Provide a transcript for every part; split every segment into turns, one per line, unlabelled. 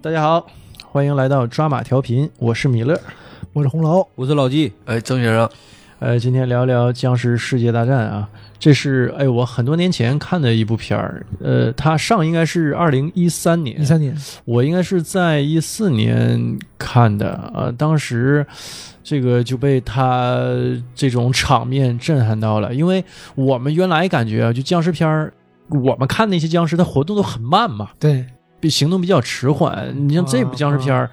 大家好，欢迎来到抓马调频，我是米勒。
我是红楼，
我是老纪，
哎，曾先生，
呃，今天聊聊僵尸世界大战啊，这是哎我很多年前看的一部片儿，呃，它上应该是二零一三年，
一三年，
我应该是在一四年看的，呃，当时这个就被他这种场面震撼到了，因为我们原来感觉啊，就僵尸片儿，我们看那些僵尸，它活动都很慢嘛，
对，
比行动比较迟缓。你像这部僵尸片儿，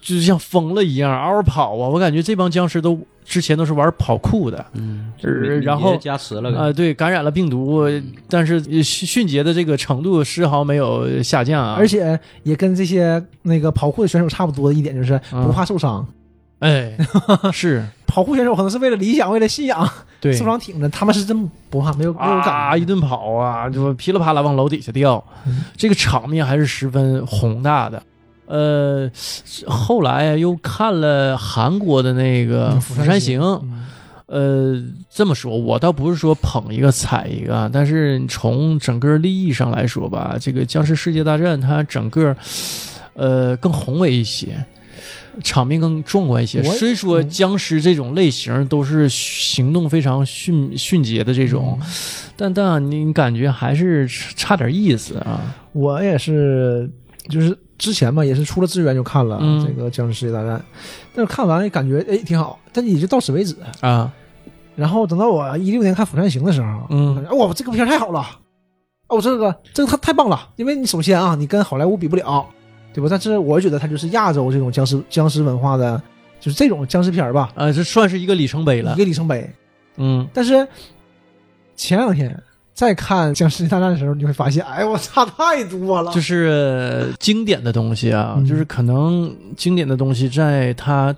就像疯了一样嗷嗷跑啊！我感觉这帮僵尸都之前都是玩跑酷的，
嗯，
呃然后
加持了，
呃
啊、对，感染了病毒，但是迅迅捷的这个程度丝毫没有下降啊！
而，且也跟这些那个跑酷的选手差不多的一点就是
嗯
不怕受伤。
哎，是
跑酷选手可能是为了理想，为了信仰，
对，
受伤挺着，他们是真不怕，没有没有
啊，
感
一
觉。
顿跑啊，就噼里啪啦往楼底下掉，这个场面还是十分宏大的。呃，后来又看了韩国的那个《
嗯
釜山行》
嗯
呃，这么说，我倒不是说捧一个踩一个啊，但是从整个利益上来说吧，这个《僵尸世界大战》它整个，呃，更宏伟一些，场面更壮观一些。
我也
虽说
嗯
僵尸这种类型都是行动非常迅迅捷的这
嗯
种，但但你感觉还是差点意思啊。
我也是，就是之前嘛，也是出了资源就看了
嗯
这个《僵尸世界大战》，但是看完也感觉哎挺好，但也就到此为止。
啊，
然后等到我一六年看《釜山行》的时候，
嗯
感觉哇，哎这个片儿太好了，哦，这个这个它太棒了，因为你首先啊，你跟好莱坞比不了，对吧？但是我觉得它就是亚洲这种僵尸僵尸文化的，就是这种僵尸片儿吧，
呃，这算是一个里程碑
一
了。
个里程碑。
嗯，
但是前两天再看《僵尸大战》的时候，你会发现，哎，我差太多了，
就是经典的东西啊，
嗯
就是可能经典的东西在它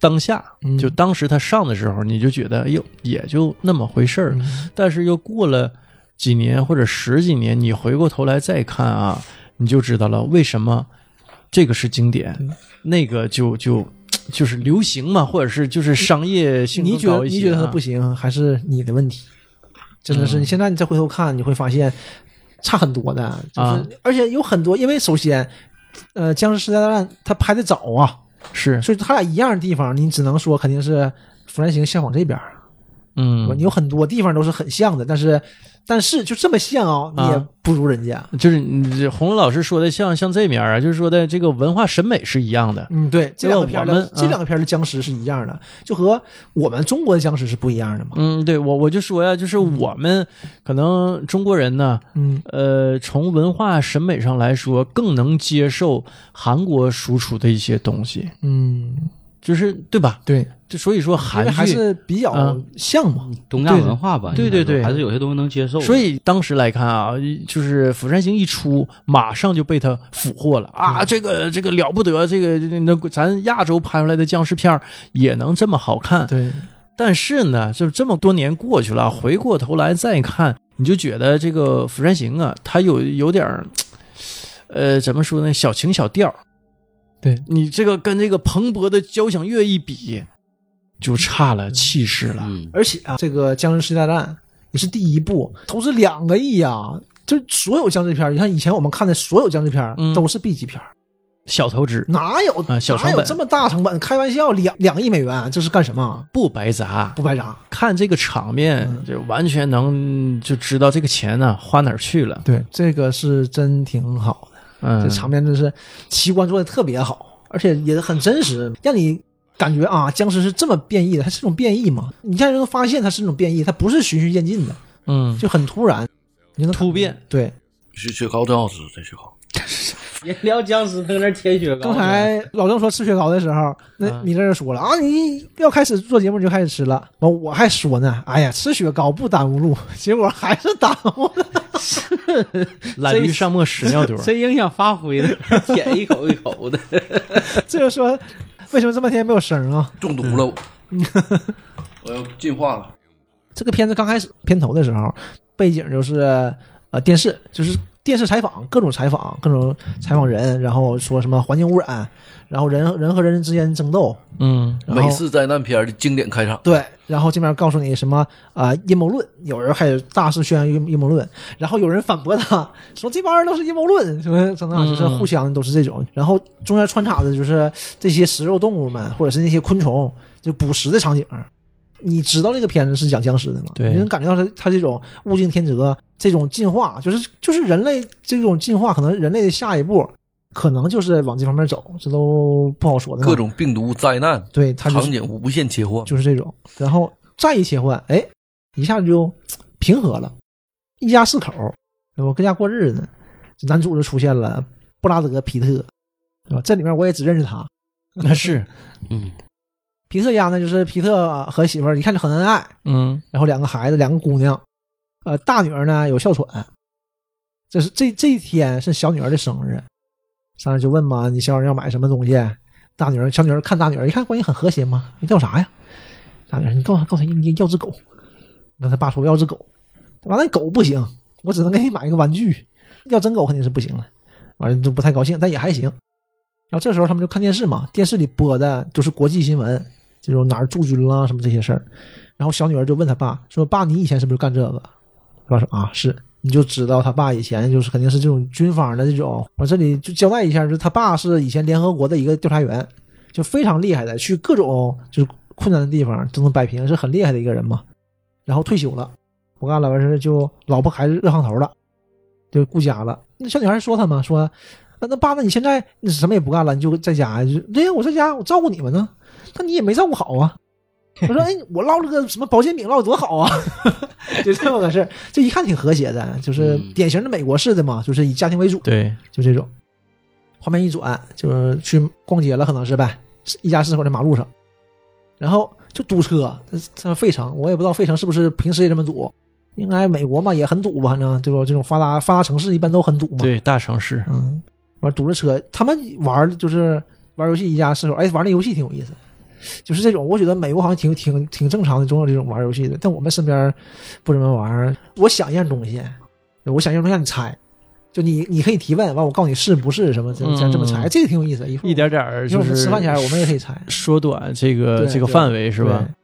当下，
嗯
就当时它上的时候，你就觉得哎呦也就那么回事儿，
嗯
但是又过了几年或者十几年，你回过头来再看啊，你就知道了为什么这个是经典，
嗯
那个就就。就是流行嘛，或者是就是商业性
你
更
觉得
高一些啊、
你觉得它不行，还是你的问题？真的是，
嗯
你现在你再回头看，你会发现差很多的，就是、
啊
而且有很多，因为首先，呃，《僵尸时代大战》它拍的早啊，
是，
所以它俩一样的地方，你只能说肯定是《釜山行》效仿这边儿，
嗯，
你有很多地方都是很像的，但是但是就这么像啊，你也
啊
不如人家。
就是你这洪龙老师说的像像这面儿啊，就是说的这个文化审美是一样的，
嗯，对，这两个片儿
我
的、
们啊
这两个片儿的僵尸是一样的，就和我们中国的僵尸是不一样的嘛。
嗯，对我我就说呀，就是我们可能中国人呢，
嗯，
呃，从文化审美上来说，更能接受韩国输出的一些东西，
嗯，
就是对吧？
对，
就所以说
因
韩
为还
剧，
是比较
嗯
像嘛。
东亚文化吧，
对对
应该说
对对
还是有些东西能接受的。
所以当时来看啊，就是《釜山行》一出，马上就被他俘获了
嗯
啊！这个这个了不得，这个那咱亚洲拍出来的僵尸片儿也能这么好看，
对，
但是呢，就这么多年过去了，回过头来再看，你就觉得这个《釜山行》啊，它有有点儿，呃，怎么说呢，小情小调。
对
你这个跟这个蓬勃的交响乐一比，就差了气势了。
嗯，
而且啊，这个《僵尸世界大战》也是第一部，投资两个亿啊！就是所有僵尸片儿，你看以前我们看的所有僵尸片儿
嗯
都是 B 级片儿，
小投资
哪有、
啊小成
哪有
本
这么大成本？开玩笑，两两亿美元这是干什么？
不白砸，
不白砸。
看这个场
嗯
面就完全能就知道这个钱呢、花哪儿去了。
对，这个是真挺好的，
嗯
这，场面真是奇观做的特别好，而且也很真实，让你。感觉啊，僵尸是这么变异的，它是这种变异嘛？你现在就能发现它是这种变异，它不是循序渐进的，
嗯，
就很突然，你就能
突变。
对，
雪雪糕真好吃，这雪糕。
别聊僵尸，搁那贴雪糕。
刚才老郑说吃雪糕的时候，那
嗯
米勒就说了啊，你要开始做节目你就开始吃了。完，我还说呢，哎呀，吃雪糕不耽误路， 结果还是耽误了。
懒驴上磨屎尿多。
真影响发挥的，舔一口一口的。
这就说为什么这么天没有声啊？
中毒了，我
嗯
我要进化了。
这个片子刚开始片头的时候，背景就是呃电视，就是电视采访，各种采访，各种采访人，然后说什么环境污染，然后人人和人之间争斗，
嗯
然后
美式灾难片的经典开场，
对，然后这边告诉你什么啊、阴谋论，有人开始大肆宣扬阴阴谋论，然后有人反驳他说这帮人都是阴谋论，什么什么，
嗯
就是互相都是这种，然后中间穿插的就是这些食肉动物们或者是那些昆虫就捕食的场景。你知道这个片子是讲僵尸的吗？
对
你能感觉到它它这种物竞天择，这种进化，就是就是人类这种进化，可能人类的下一步可能就是往这方面走，这都不好说的嘛。
各种病毒灾难
对它嗯就
场
是
景无限切换，
就是这种。然后再一切换，哎，一下就平和了，一家四口，我跟家过日子呢。这男主就出现了，布拉德皮特，对吧？这里面我也只认识他。
那是
嗯，
皮特家呢，就是皮特和媳妇儿一看就很恩爱，
嗯
然后两个孩子，两个姑娘，呃，大女儿呢有哮喘，这是这这一天是小女儿的生日，上来就问嘛，你小女儿要买什么东西？大女儿小女儿看大女儿一看关系很和谐嘛，你要啥呀？大女儿你告诉告诉你你要只狗，那他爸说我要只狗，完了狗不行，我只能给你买一个玩具，要真狗肯定是不行了，完了就不太高兴，但也还行。然后这时候他们就看电视嘛，电视里播的都是国际新闻，这种哪儿驻军啊啦什么这些事儿。然后小女儿就问他爸说：“爸，你以前是不是干这个？”他爸说：“啊，是。”你就知道他爸以前就是肯定是这种军方的这种。我这里就交代一下，就是他爸是以前联合国的一个调查员，就非常厉害的，去各种就是困难的地方都能摆平，是很厉害的一个人嘛。然后退休了，不干了，完事儿就老婆孩子热炕头了，就顾家了。那小女孩说他嘛，说那那爸，那你现在你什么也不干了，你就在家呀？就对呀，我在家，我照顾你们呢，那你也没照顾好啊。我说，哎，我烙了个什么保健饼，烙得多好啊！ 就这么个事儿，就一看挺和谐的，就是
嗯
典型的美国式的嘛，就是以家庭为主，
对，
就这种。画面一转，就是去逛街了，可能是呗，一家四口在马路上，然后就堵车。这这费城，我也不知道费城是不是平时也这么堵，应该美国嘛也很堵吧，反正对吧？这种发达发达城市一般都很堵嘛。
对，大城市，
嗯，完堵着车，他们玩儿就是玩儿游戏一家四口，哎，玩儿那游戏挺有意思，就是这种，我觉得美国好像挺挺挺正常的，总有这种玩儿游戏的，但我们身边儿不怎么玩儿。我想一样东西，我想一样东西让你猜，就你你可以提问，完我告诉你是不是什么，这这这么猜，
嗯
这个挺有意思。一会儿
一点点儿
一
就
会儿我们
是
吃饭前儿我们也可以猜，
缩短这个
对
这个
对
范围是吧
对？？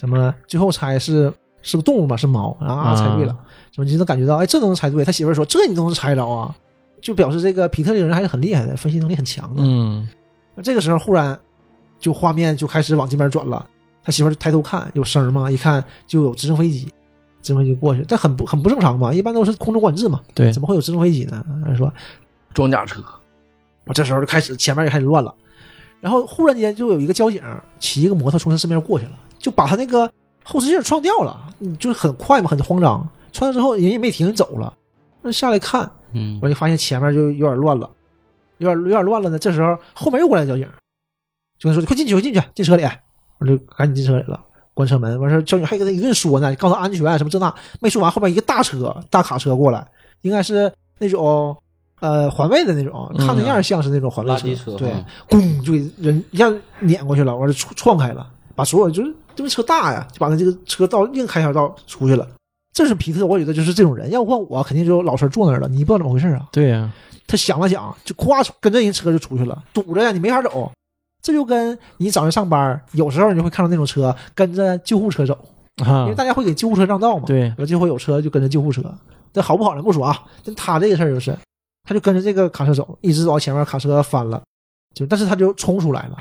什么最后猜是是个动物吧？是猫啊？
啊
猜对了，什么你就能感觉到，哎，这都能猜对。他媳妇儿说这你都能猜着啊，就表示这个皮特这个人还是很厉害的，分析能力很强的。
嗯
这个时候忽然就画面就开始往这边转了，他媳妇儿抬头看有声儿嘛，一看就有直升飞机，直升飞机过去，但很不很不正常嘛，一般都是空中管制嘛，
对
怎么会有直升飞机呢？人说
装甲车，
我这时候就开始前面就开始乱了，然后忽然间就有一个交警骑一个摩托从他身边过去了，就把他那个后视镜撞掉了，你就是很快嘛，很慌张，撞掉之后人也没停走了，那下来看
嗯
我就发现前面就有点乱了，有点有点乱了呢。这时候后面又过来交警，就跟他说：“快进去，快进去，进车里。”啊我就赶紧进车里了，关车门。完事儿，交警还跟他一顿说呢，告诉他安全什么这那，没说完。后面一个大车，大卡车过来，应该是那种呃环卫的那种，
嗯
看那样儿像是那种环卫
垃圾车
对
嗯，
咣就给人一下撵过去了，完了撞撞开了，把所有就是因为车大呀，就把他这个车道硬开小道出去了。这是皮特，我觉得就是这种人，要换我肯定就老实坐那儿了，你不知道怎么回事儿啊。
对呀，
他想了想，就咵跟着人车就出去了，堵着呀，你没法走。这就跟你早上上班，有时候你就会看到那种车跟着救护车走，因
啊
为，大家会给救护车让道嘛。，
对，
有机会有车就跟着救护车，这好不好咱不说啊，但他这个事儿就是，他就跟着这个卡车走，一直走到前面卡车翻了，就但是他就冲出来了，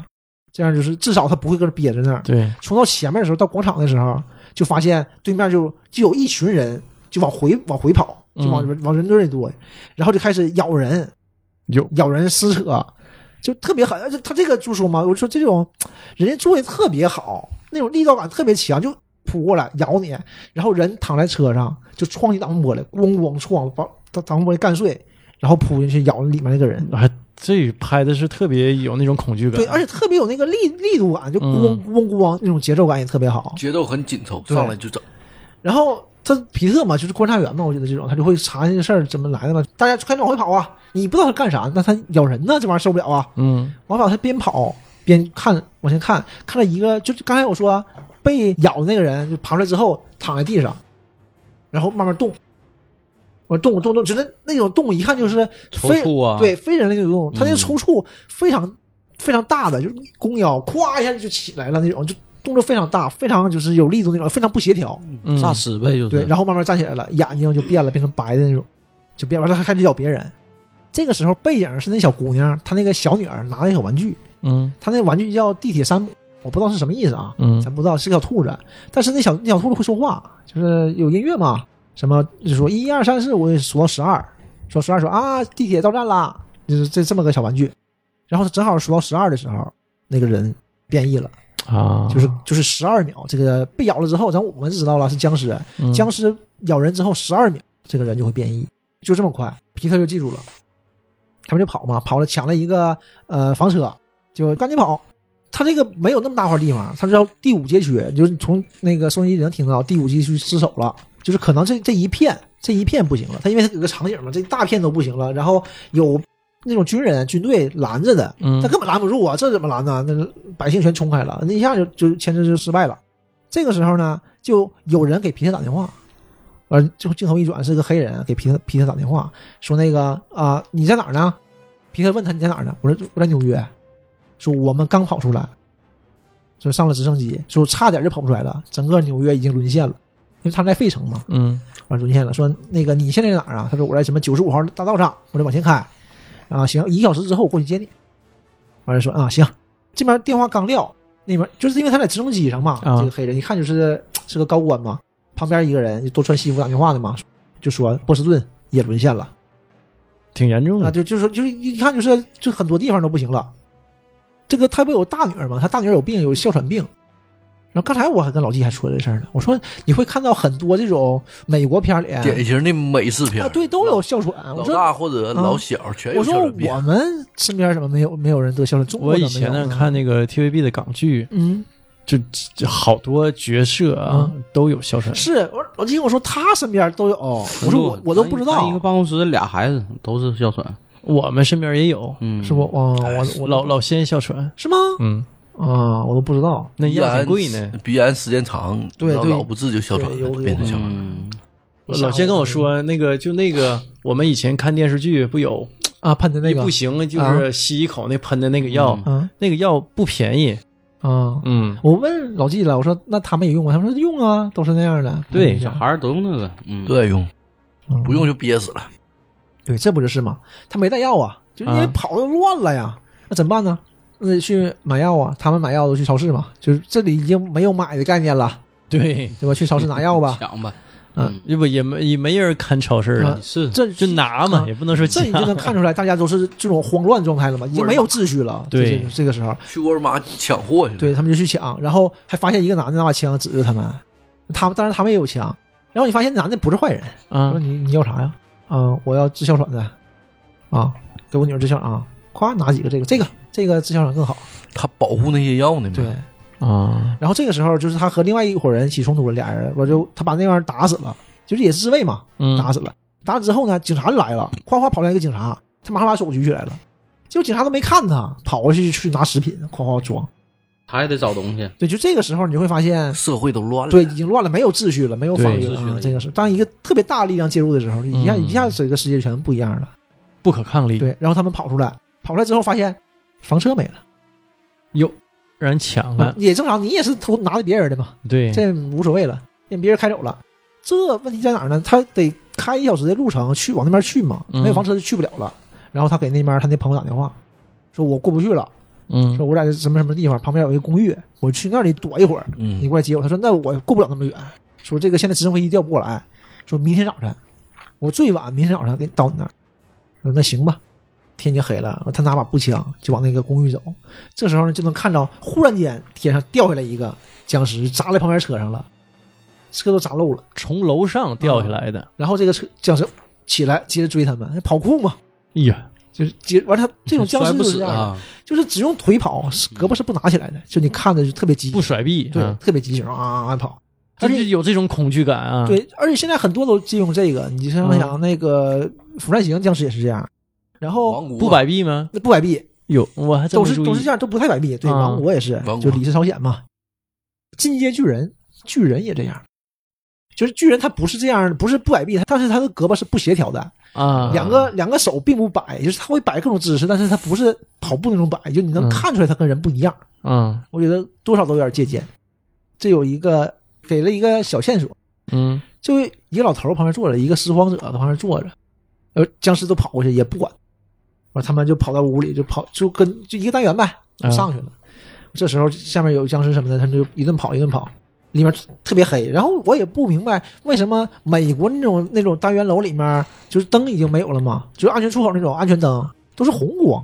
这样就是至少他不会搁那憋着那儿。
对，
冲到前面的时候，到广场的时候，就发现对面就就有一群人就往回往回跑，就
嗯
往、往人堆里躲，然后就开始咬人，
有
咬人撕扯，就特别狠。而且他这个就说嘛，我说这种人家做的特别好，那种力道感特别强，就扑过来咬你，然后人躺在车上就撞你挡风玻璃，咣咣撞把挡挡风玻璃干碎，然后扑进去咬里面那个人。
啊，这拍的是特别有那种恐惧感，
对，而且特别有那个力力度感，就咣
嗯
咣咣那种节奏感也特别好。
节奏很紧凑，
对
上来就整。
然后他皮特嘛，就是观察员嘛，我觉得这种他就会查这事儿怎么来的嘛。大家快点往回跑啊！你不知道他干啥，那他咬人呢，这玩意儿受不了啊！
嗯
往跑他边跑边看，往前看，看到一个，就就刚才我说啊被咬的那个人就爬出来之后躺在地上，然后慢慢动，我动物动动，只能那种动物一看就是非
抽搐啊嗯
对非人类那种动物，它那个抽搐非常、非常大的，就是弓腰咵一下就起来了那种，就动作非常大，非常就是有力度那种，非常不协调。
嗯
诈尸呗，就是
对，然后慢慢站起来了，眼睛就变了，变成白的那种，就变完了，还开始咬别人。这个时候背景是那小姑娘，她那个小女儿拿了一小玩具，
嗯
她那玩具叫地铁山姆，我不知道是什么意思啊，
嗯
咱不知道是个小兔子，但是那小那小兔子会说话，就是有音乐嘛，什么就说一二三四，我数到十二，说十二说啊，地铁到站啦，就是这这么个小玩具。然后正好数到十二的时候，那个人变异了，
啊，
就是就是十二秒，这个被咬了之后，咱我们知道了是僵尸，
嗯
僵尸咬人之后十二秒，这个人就会变异，就这么快，皮特就记住了。他们就跑嘛，跑了抢了一个呃房车，就赶紧跑。他这个没有那么大块地方，他知道第五街区，就是从那个收音机里能听到第五街区失守了，就是可能这这一片这一片不行了，他因为他有个场景嘛，这大片都不行了，然后有那种军人军队拦着的，
嗯
他根本拦不住啊，这怎么拦呢？那百姓全冲开了，那一下就就牵制就失败了。这个时候呢，就有人给皮特打电话，完最后镜头一转是个黑人给皮特皮特打电话说那个啊、你在哪儿呢？皮特问他你在哪儿呢？我说我在纽约，说我们刚跑出来，说上了直升机，说差点就跑不出来了，整个纽约已经沦陷了，因为他在费城嘛，
嗯
完沦陷了。说那个你现在在哪儿啊？他说我在什么九十五号大道上，我得往前开，啊行，一个小时之后我过去接你。完了说啊行，这边电话刚撂，那边就是因为他在直升机上嘛，
啊
这个黑人一看就是是个高官嘛，旁边一个人都穿西服打电话的嘛，就说波士顿也沦陷了。
挺严重
啊，
的，
就就是就是一看就是就很多地方都不行了。这个他不有大女儿吗？他大女儿有病，有哮喘病。然后刚才我还跟老纪还说这事儿呢，我说你会看到很多这种美国片儿里
典型的美式片
哎啊，
儿，
对，都有哮喘。我
老
说嗯
大或者老小全有
我说
小人病
我们身边怎么没有没有人得哮喘？中国
我以
怎么没有
前呢
呢
看那个 TVB 的港剧，
嗯，
就就好多角色啊都有哮喘，
是我老纪跟我说他身边都有，我说我我都不知
咱
道
一个，办公室俩孩子都是哮喘，
我们身边也有，
嗯，
是不？？哦，
哎
我
我老老先哮喘，
是吗？
嗯，
啊，我都不知道。
那
鼻
药挺
炎
贵呢。
鼻炎时间长，
对
然后
对
老不治就哮喘
对有
了，
有
变成哮喘。
嗯，
老先跟我说那个就那个我们以前看电视剧不有
啊，喷的那
一
个
不行就是吸一口那喷的那个药，
嗯
啊
那个药不便宜，
啊，
嗯，
我问老纪了，我说那他们也用吗？他们说用啊，都是那样的。
对
嗯
小孩儿都用那个，嗯，
都，得用，
嗯
不用就憋死了。
对，这不就是吗？他没带药啊，就是因为
啊
跑的乱了呀，那怎么办呢？那得去买药啊，他们买药都去超市嘛，就是这里已经没有买的概念了，
对，
对吧？去超市拿药吧。
抢吧，
嗯
要不也没也没人看超市了
啊，
是
这
就拿嘛，
啊
也不能说
这你就能
抢
看出来，大家都是这种慌乱状态了嘛，已经没有秩序了。
对
这这个时候，
去沃尔玛抢货去了，
对他们就去抢，然后还发现一个男的拿把枪指着他们，他们当然他们也有枪，然后你发现男的不是坏人，我说
啊，
你你要啥呀？啊、我要治哮喘的，啊，给我女儿治哮喘啊，夸拿几个这个这个这个治哮喘更好。
他保护那些药
嗯
呢嘛。
对，
啊，
然后这个时候就是他和另外一伙人起冲突了，俩人我就他把那玩意儿打死了，就是也是自卫嘛，
嗯，
打死了。打死之后呢，警察就来了，哗哗跑来一个警察，他马上把手举起来了，结果警察都没看他，跑过去去拿食品，哗哗装。
他还得找东西，
对，就这个时候你就会发现，
社会都乱了。
对，已经乱了，没有秩序了，没有法律
对
了。
秩序
啊
了
这个是当一个特别大力量介入的时候，一下
嗯
一下整个世界全不一样了。
不可抗力，
对，然后他们跑出来，跑出来之后发现房车没了，
哟，让人抢
嗯
了，
也正常，你也是偷拿的别人的嘛，
对，
嗯这无所谓了，让别人开走了。这问题在哪儿呢？他得开一小时的路程去往那边去嘛，
嗯
没有房车就去不了了。然后他给那边他那朋友打电话，说我过不去了，
嗯
说我在什么什么地方旁边有一个公寓，我去那里躲一会儿，你
嗯，
过来接我。他说那我过不了那么远，说这个现在直升飞机调不过来，说明天早晨，我最晚明天早上给你到你那儿。说那行吧，天已经黑了，他拿把步枪就往那个公寓走。这时候呢，就能看到忽然间天上掉下来一个僵尸，砸在旁边车上了，车都砸漏了。
从楼上掉下来的，
然后这个车僵尸起来接着追他们，跑酷嘛，
哎呀，
就是接完他这种僵
摔
尸就
不
是
死
这样的，
啊，
就是只用腿跑，胳膊是不拿起来的，就你看着就特别激
不
情，
甩臂，
对，
啊
特别激情啊啊啊跑。
他就有这种恐惧感啊，，嗯
对，而且现在很多都借用这个。你想想那个《釜山行》僵尸也是这样，然后
王国
不摆臂吗？
那不摆臂，
有，我还真
都
没
是
注
都是
意
这样，都不太摆臂。对，
啊
王国也是
王，国
就李氏朝鲜嘛。进阶巨人，巨人也这样，就是巨人他不是这样，不是不摆臂，他但是他的胳膊是不协调的，
啊，
两个两个手并不摆，就是他会摆各种姿势，但是他不是跑步那种摆，就你能
嗯
看出来他跟人不一样。
嗯
我觉得多少都有点借鉴。这有一个给了一个小线索，
嗯
就一个老头儿旁边坐着，一个拾荒者旁边坐着，呃，僵尸都跑过去也不管，完他们就跑到屋里就跑就跟就一个单元呗，就
啊
上去了。这时候下面有僵尸什么的，他们就一顿跑一顿跑，里面特别黑。然后我也不明白为什么美国那种那种单元楼里面就是灯已经没有了嘛，就是安全出口那种安全灯都是红光，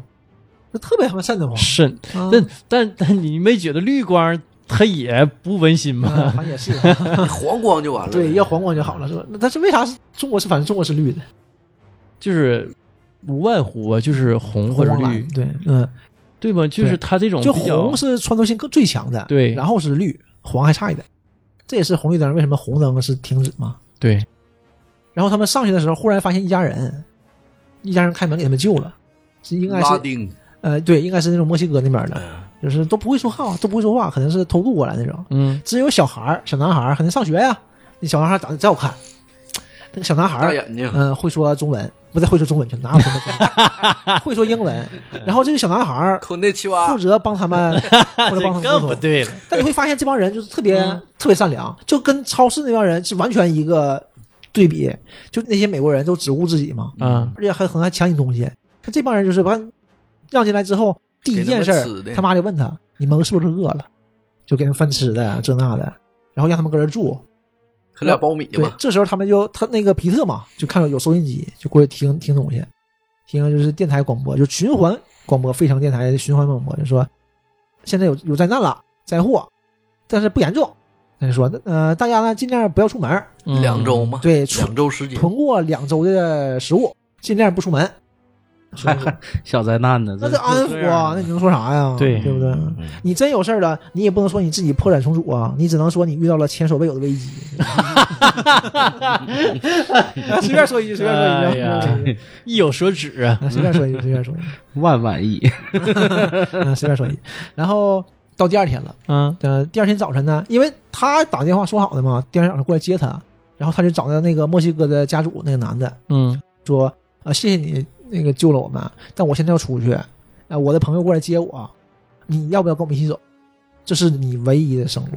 就特别他妈瘆得慌。
是，
啊
但但 但你没觉得绿光它也不温馨吗？
啊反正也是啊、
黄光就完了。
对，要黄光就好了，是吧？那但是为啥是中国是反正中国是绿的，
就是无外乎啊，就是红或者
黄
绿
蓝，对，嗯，
对吧？就是
对
它这种
就
比较
红是穿透性更最强的，
对
然后是绿，黄还差一点，这也是红绿灯为什么红灯是停止嘛。
对，
然后他们上去的时候，忽然发现一家人，一家人开门给他们救了，是应该
拉
是
丁，
呃，对，应该是那种墨西哥那边的，
嗯
就是都不会说话，都不会说话，可能是偷渡过来那种。
嗯
只有小孩儿小男孩儿可能上学呀、那小男孩儿长得再好看，那个小男孩
大
儿
眼睛，
嗯，会说中文，不对，会说中文，就哪有什么中文？ 会说英文。然后这个小男 孩儿
口内奇蛙
负，责帮他们，负责帮他们沟通。
对了，
但你会发现这帮人就是特别、
嗯
特别善良，就跟超市那帮人是完全一个对比。就那些美国人都只顾自己嘛，
嗯
而且还很爱抢你东西。他这帮人就是把你让进来之后，第一件事
给他们吃
儿
的
他妈就问他：“你们是不是饿了？”就给他们饭吃的这那的，然后让他们搁这儿住。
啃俩苞米
对
吧，，
这时候他们就他那个皮特嘛，就看到有收音机，就过去听听东西，听就是电台广播，就循环广播，费城电台的循环广播，就说现在有有灾难了，灾祸，但是不严重。他就说，呃，大家呢尽量不要出门儿，
嗯
两周嘛，
对，
两
存
周时间，
囤过两周的食物，尽量不出门。
还还小灾难呢，
那这安抚啊，嗯那你能说啥呀？
对
对不对？你真有事儿了，你也不能说你自己破绽重组啊，你只能说你遇到了前所未有的危 机。啊随便说一句，随便说
哎
一句，啊
呀意有所指啊，
啊随便说一句，随便说一句，
万万亿，
啊，随便说一句。然后到第二天了，
嗯
呃，第二天早晨呢，因为他打电话说好的嘛，第二天早上过来接他，然后他就找到那个墨西哥的家主那个男的，
嗯
说啊，谢谢你那个救了我们，但我现在要出去，啊、我的朋友过来接我，你要不要跟我们一起走？这是你唯一的生路。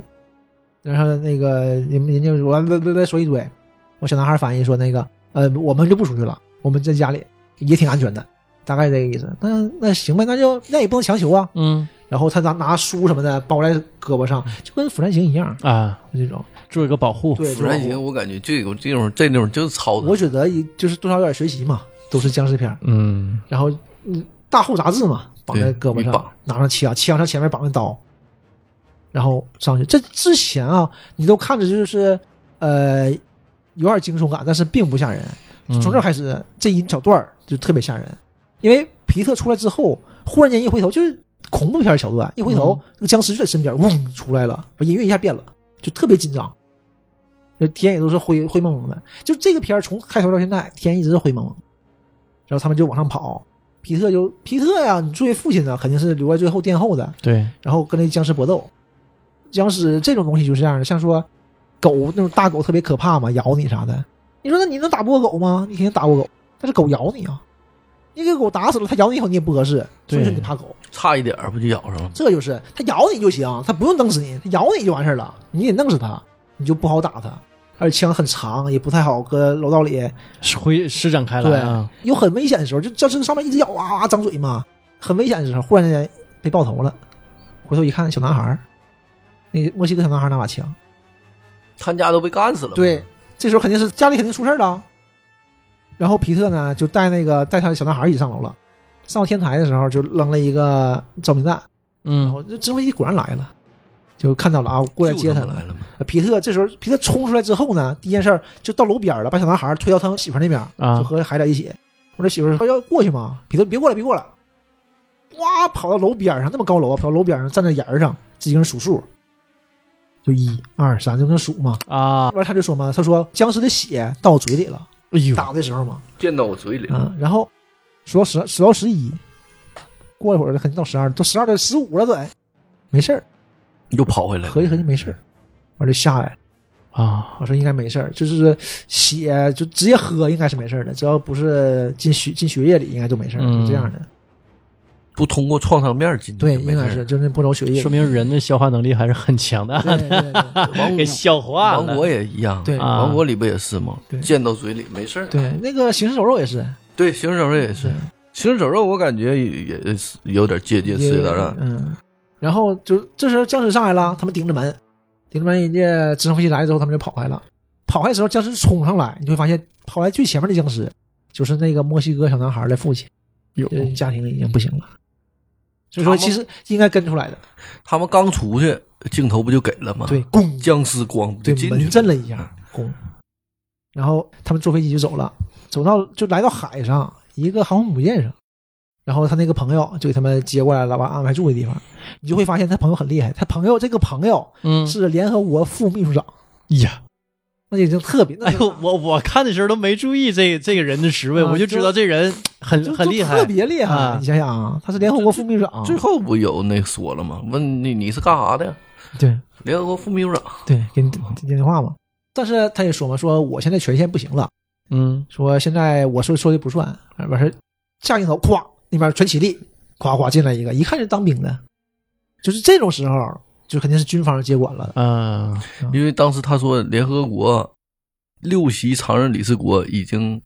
然后那个人人家我来来来说一堆，我小男孩反应说那个呃，我们就不出去了，我们在家里也挺安全的，大概这个意思。那那行吧，那就那也不能强求啊。
嗯
然后他拿拿书什么的包在胳膊上，就跟釜山行一样，
啊，
就这种。
做一个保护，
对，
不然
就
行，我感觉这种这种这种就是抄
我
的，
觉得也就是多少有点学习嘛，都是僵尸片儿。
嗯
然后嗯，大厚杂志嘛，绑在胳膊
对一
上
绑，
拿上枪，枪上前面绑着刀，然后上去。这之前啊，你都看着就是呃有点惊悚感，但是并不吓人。
嗯
从这儿开始，这一小段儿就特别吓人，因为皮特出来之后，忽然间一回头就是恐怖片桥段，一回头、那个僵尸就在身边，嗡出来了，把音乐一下变了，就特别紧张。就天也都是灰灰蒙蒙的，就这个片儿从开头到现在，天一直是灰蒙蒙的。然后他们就往上跑，皮特就皮特呀，你作为父亲呢，肯定是留在最后殿后的，
对，
然后跟那僵尸搏斗。僵尸这种东西就是这样的，像说狗那种大狗特别可怕嘛，咬你啥的。你说那你能打不过狗吗？你肯定打不过狗，但是狗咬你啊，你给狗打死了，它咬你以后你也不合适，所以说
对
你怕狗。
差一点儿不就咬上了？
这就是它咬你就行，它不用弄死你，它咬你就完事儿了，你得弄死它，你就不好打它。而且枪很长，也不太好搁楼道里
会施展开来啊，
有很危险的时候，就僵尸上面一直咬啊啊张嘴嘛，很危险的时候，忽然间被爆头了，回头一看，小男孩儿，那墨西哥小男孩拿把枪，
他家都被干死了，
对，，这时候肯定是家里肯定出事儿了。然后皮特呢就带那个带他的小男孩儿一起上楼了，上到天台的时候就扔了一个照明弹，然
嗯
后这直升机果然来了，就看到了啊，过来接他
他
了。
来了嘛，
皮啊特这时候皮特冲出来之后呢，第一件事儿就到楼边儿了，把小男孩儿推到他媳妇儿那边儿，
啊
就和孩子一起。我这媳妇儿说哎要过去嘛，皮特别过来，别过来，哇，跑到楼边儿上，那么高楼啊，跑到楼边儿上站在沿儿上，自己跟人数数，就一二三，就跟数嘛。
啊，
完他就说嘛，他说僵尸的血到我嘴里了，
哎呦，
打的时候嘛，
溅到我嘴里，
啊，然后数到十，数到十一，过一会儿肯定到十二，都十二点十五了都，哎没事儿。
又跑回来了，
合计合计没事儿，完就下来了，
啊，
我说应该没事儿，就是血就直接喝应该是没事儿的，只要不是进血进血液里，应该就没事儿，
嗯
是这样的。
不通过创伤面进去，
对，应该是就是不走血液里。
说明人的消化能力还是很强的，
对对对
王
给消化
王国
了。
也一样，
对
啊
王国里不也是吗
对？
溅到嘴里没事儿，
对，那个行尸走肉也是，嗯
对，行尸走肉也是
对，
行尸走肉我感觉也也是有点借鉴斯
也
里兰了，
嗯，然后就这时候僵尸上来了，他们顶着门，顶着门，人家直升飞机来之后，他们就跑开了。跑开的时候，僵尸冲上来，你会发现跑来最前面的僵尸就是那个墨西哥小男孩的父亲，
有
就是家庭已经不行了。所以说，其实应该跟出来的，
他们刚出去，镜头不就给了吗？
对，，咣，
僵尸光不就
对
进去
门震了一下，咣，然后他们坐飞机就走了，走到就来到海上一个航空母舰上，然后他那个朋友就给他们接过来了，完安排住的地方，你就会发现他朋友很厉害，他朋友这个朋友
嗯
是联合国副秘书长，
呀，
那已经特别，那
哎呦，我我看的时候都没注意这这个人的职位，
啊
我就知道这人很
就
很厉害
就特别厉害。
啊
你想想啊，他是联合国副秘书长，
最后不有那说了吗？问你你是干啥的呀？
对
联合国副秘书长，
对，给你打电话嘛。但是他也说嘛，说我现在权限不行了，
嗯
说现在我说说的不算，完事儿下镜头，咵，那边全起立，咵咵进来一个，一看就是当兵的，就是这种时候，就肯定是军方接管了。
啊
因为当时他说联合国六席常任理事国已经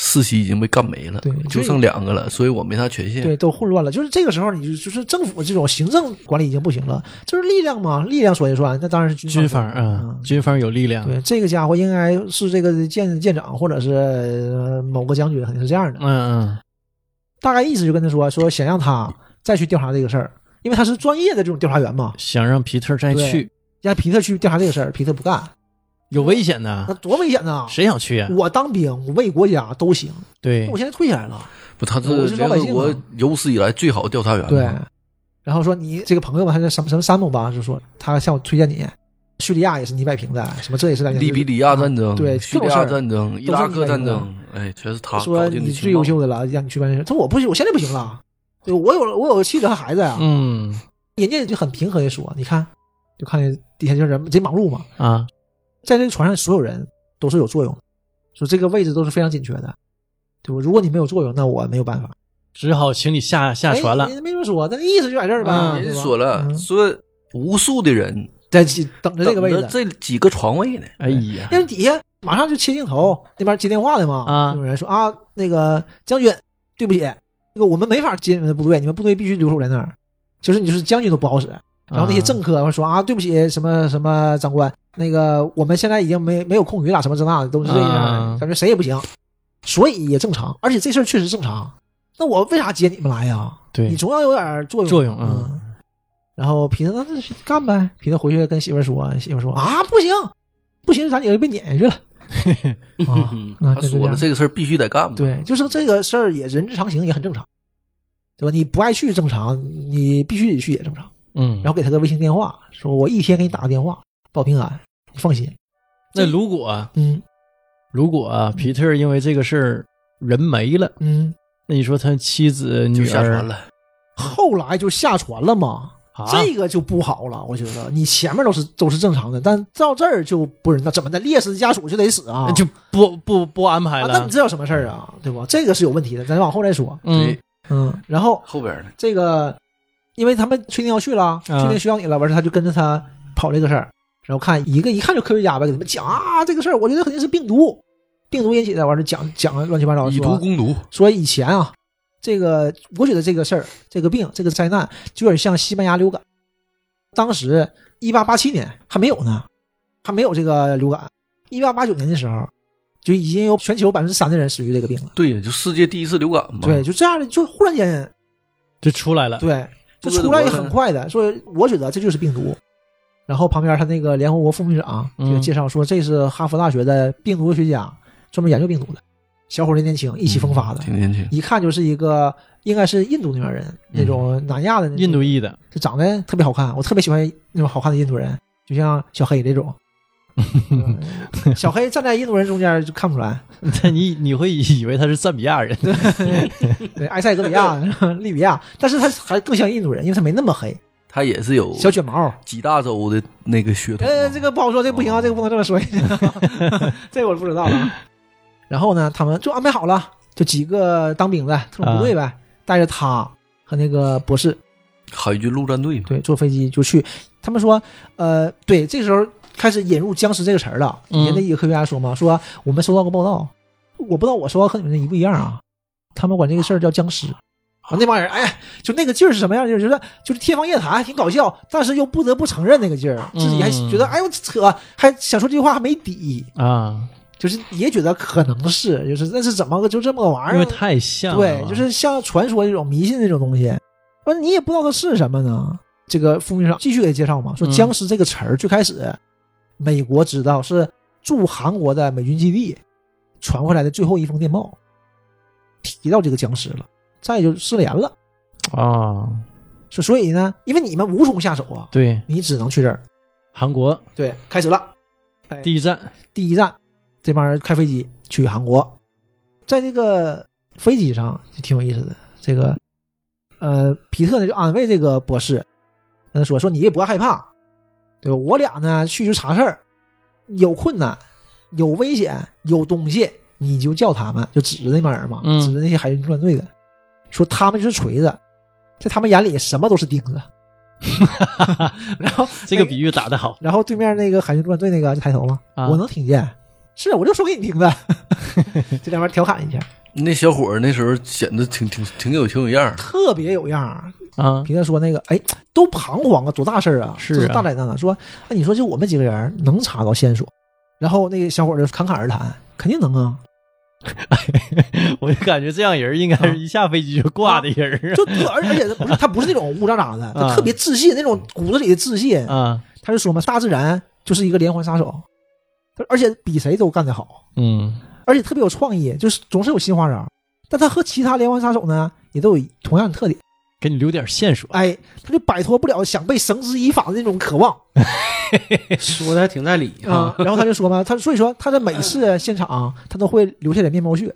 四席已经被干没了，
对
就剩两个了，所以我没啥权限。
对，都混乱了。就是这个时候，你就就是政府这种行政管理已经不行了，就是力量嘛，力量说了算，那当然是军
军方啊
嗯，
军方有力量，
对，这个家伙应该是这个舰舰长或者是呃某个将军，肯定是这样的。
嗯嗯
大概意思就跟他说，说想让他再去调查这个事儿，因为他是专业的这种调查员嘛，
想让皮特再
对
去，
让皮特去调查这个事儿，皮特不干，
有危险
那
的，
多危险呐！
谁想去呀？啊
我当兵，我为国家都行，
对
嗯
我，现在退下来了，
不，他
我
是
是
联
老百
合
姓啊
国有史以来最好调查员嘛。
对。然后说你这个朋友吧，他叫什么什么山姆吧，就说他向我推荐你，叙利亚也是你摆平的，什么这也是在
利比里亚战争、
啊对
叙利
各
亚
种事儿
战争、伊拉克战
都是
争，哎，全是他
说
搞定
你
的
最
情
优
报。
秀的了，让你去办这事儿。他说我不行，我现在不行了，对我有我有妻子和孩子呀、
嗯
人家就很平和的说，你看，就看见底下就是人这马路嘛，
啊
在这个船上所有人都是有作用的，说这个位置都是非常紧缺的，对吧？如果你没有作用，那我没有办法。
只好请你下下船了
哎，人家没这么说，那意思就在这儿
嗯
吧。
人
对
家
吧
说了，
嗯
说无数的人
在几等着这个位
等
置
着，这几个床位呢。
哎呀，
但是底下马上就切镜头，那边接电话的嘛，
啊
有人说啊，那个将军，对不起，那个我们没法接你们的部队，你们部队必须留守在那儿，就是你就是将军都不好使。然后那些政客说啊，对不起，什么什么长官，那个我们现在已经没没有空余了，什么这那的都是这样
啊
的，感觉谁也不行，所以也正常，而且这事儿确实正常。那我为啥接你们来呀？
对
你总要有点作用
作用嗯
嗯。然后皮特那那去干呗，皮特回去跟媳妇儿说，媳妇儿说啊不行，不行，咱也就被撵下 去了。啊，那
嗯他
就
说了，
这样
这个事儿必须得干嘛。
对，就是这个事儿也人之常情，也很正常，对吧？你不爱去正常，你必须得去也正常。
嗯，
然后给他个微信电话，说我一天给你打个电话，报平安，你放心。
那如果
嗯
如果啊，皮特因为这个事儿人没了，
嗯，
那你说他妻子
就
女
下船
儿
了。
后来就下船了嘛，
啊，
这个就不好了。我觉得你前面都是都是正常的，但到这儿就不人道，怎么的烈士家属就得死啊？
那就不不不安排
啊，
了。
那你这有什么事儿啊？对吧？这个是有问题的，咱往后再说。
嗯
对，
嗯，然后
后边呢？
这个，因为他们确定要去了，确
啊
定需要你了，完事儿他就跟着他跑这个事儿，然后看一个一看就科学家呗，给他们讲啊这个事儿，我觉得肯定是病毒，病毒引起的，完事儿讲讲得乱七八糟，
以
说
毒攻毒，
说以前啊，这个我觉得这个事儿、这个病、这个灾难，就有点像西班牙流感。当时一八八七年还没有呢，还没有这个流感。一八八九年的时候，就已经有全球百分之三的人死于这个病了。
对呀，就世界第一次流感嘛。
对，，就这样的，就忽然间，
就出来了。
对，就
多得
出来
多
也
呢
很快的。所以我觉得这就是病毒。然后旁边他那个联合国副秘书长就
嗯
介绍说，这是哈佛大学的病毒学家，专门研究病毒的，小伙儿年轻，意气风发的，
嗯挺年轻。
一看就是一个应该是印度那边人，那种南亚的那种
嗯印度，裔 的，
就长得特别好看，我特别喜欢那种好看的印度人，就像小黑 这种。嗯小黑站在印度人中间就看不出来，
但你你会以为他是赞比亚 人，
对，埃塞俄比亚、利比亚，但是他还更像印度人，因为他没那么黑，
它也是有
小卷毛。
几大洲的那个血统嘛。
呃，这个不好说，这个不
哦
行啊，这个不能这么说， 这个我不知道了。然后呢，他们就安排好了，就几个当兵的特种部队
啊
呗，带着他和那个博士，
海军陆战队嘛，
对，坐飞机就去。他们说，呃，对，这时候开始引入僵尸这个词儿了。
嗯
人家一个科学家说嘛，说我们收到过报道，我不知道我收到和你们的一不一样啊。他们管这个事儿叫僵尸。啊，那帮人，哎呀，就那个劲儿是什么样？就是觉得就是天方夜谭，挺搞笑，但是又不得不承认那个劲儿，自己还
嗯
觉得、哎呦扯，还想说这句话还没底，
啊，
就是也觉得可能是，就是那是怎么个就这么个玩意儿？
因为太像了
对，就是像传说这种迷信这种东西，那你也不知道它是什么呢。这个傅明上继续给介绍嘛，说
嗯
僵尸这个词儿最开始、美国知道是驻韩国的美军基地传回来的最后一封电报，提到这个僵尸了，再就失联了。
啊，
说所以呢，因为你们无从下手啊，
对，
你只能去这儿。
韩国
对，开始了。哎
第一站，
第一站，这帮人开飞机去韩国，在这个飞机上就挺有意思的。这个，呃，皮特呢就安慰这个博士，跟他说：“说你也不要害怕，对吧？我俩呢去就查事儿，有困难、有危险、有东西，你就叫他们，就指着那帮人嘛，
嗯
指着那些海军陆战队的，说他们就是锤子，在他们眼里什么都是钉子。”然后
这个比喻打得好
然后对面那个海军陆战队那个就抬头嘛，
啊
我能听见，是啊我就说给你听的， 这两边调侃一下，
那小伙儿那时候显得挺挺挺有情有样儿，
特别有样儿。
啊，
皮特说那个，哎，都彷徨啊，多大事儿啊，
是啊
这是大灾难啊。说，那你说就我们几个人能查到线索？然后那个小伙儿就侃侃而谈，肯定能啊，
我就感觉这样人应该是一下飞机就挂的 人
就而而且不是他不是那种乌渣渣的，
啊
他特别自信，那种骨子里的自信。
啊啊，
他就说嘛，大自然就是一个连环杀手，他而且比谁都干得好。
嗯
而且特别有创意，就是总是有新花招。但他和其他连环杀手呢，也都有同样的特点，
给你留点线索，
哎，他就摆脱不了想被绳之以法的那种渴望
说的还挺在理
啊。然后他就说嘛，他所以说他在每次现场，他都会留下点面包屑。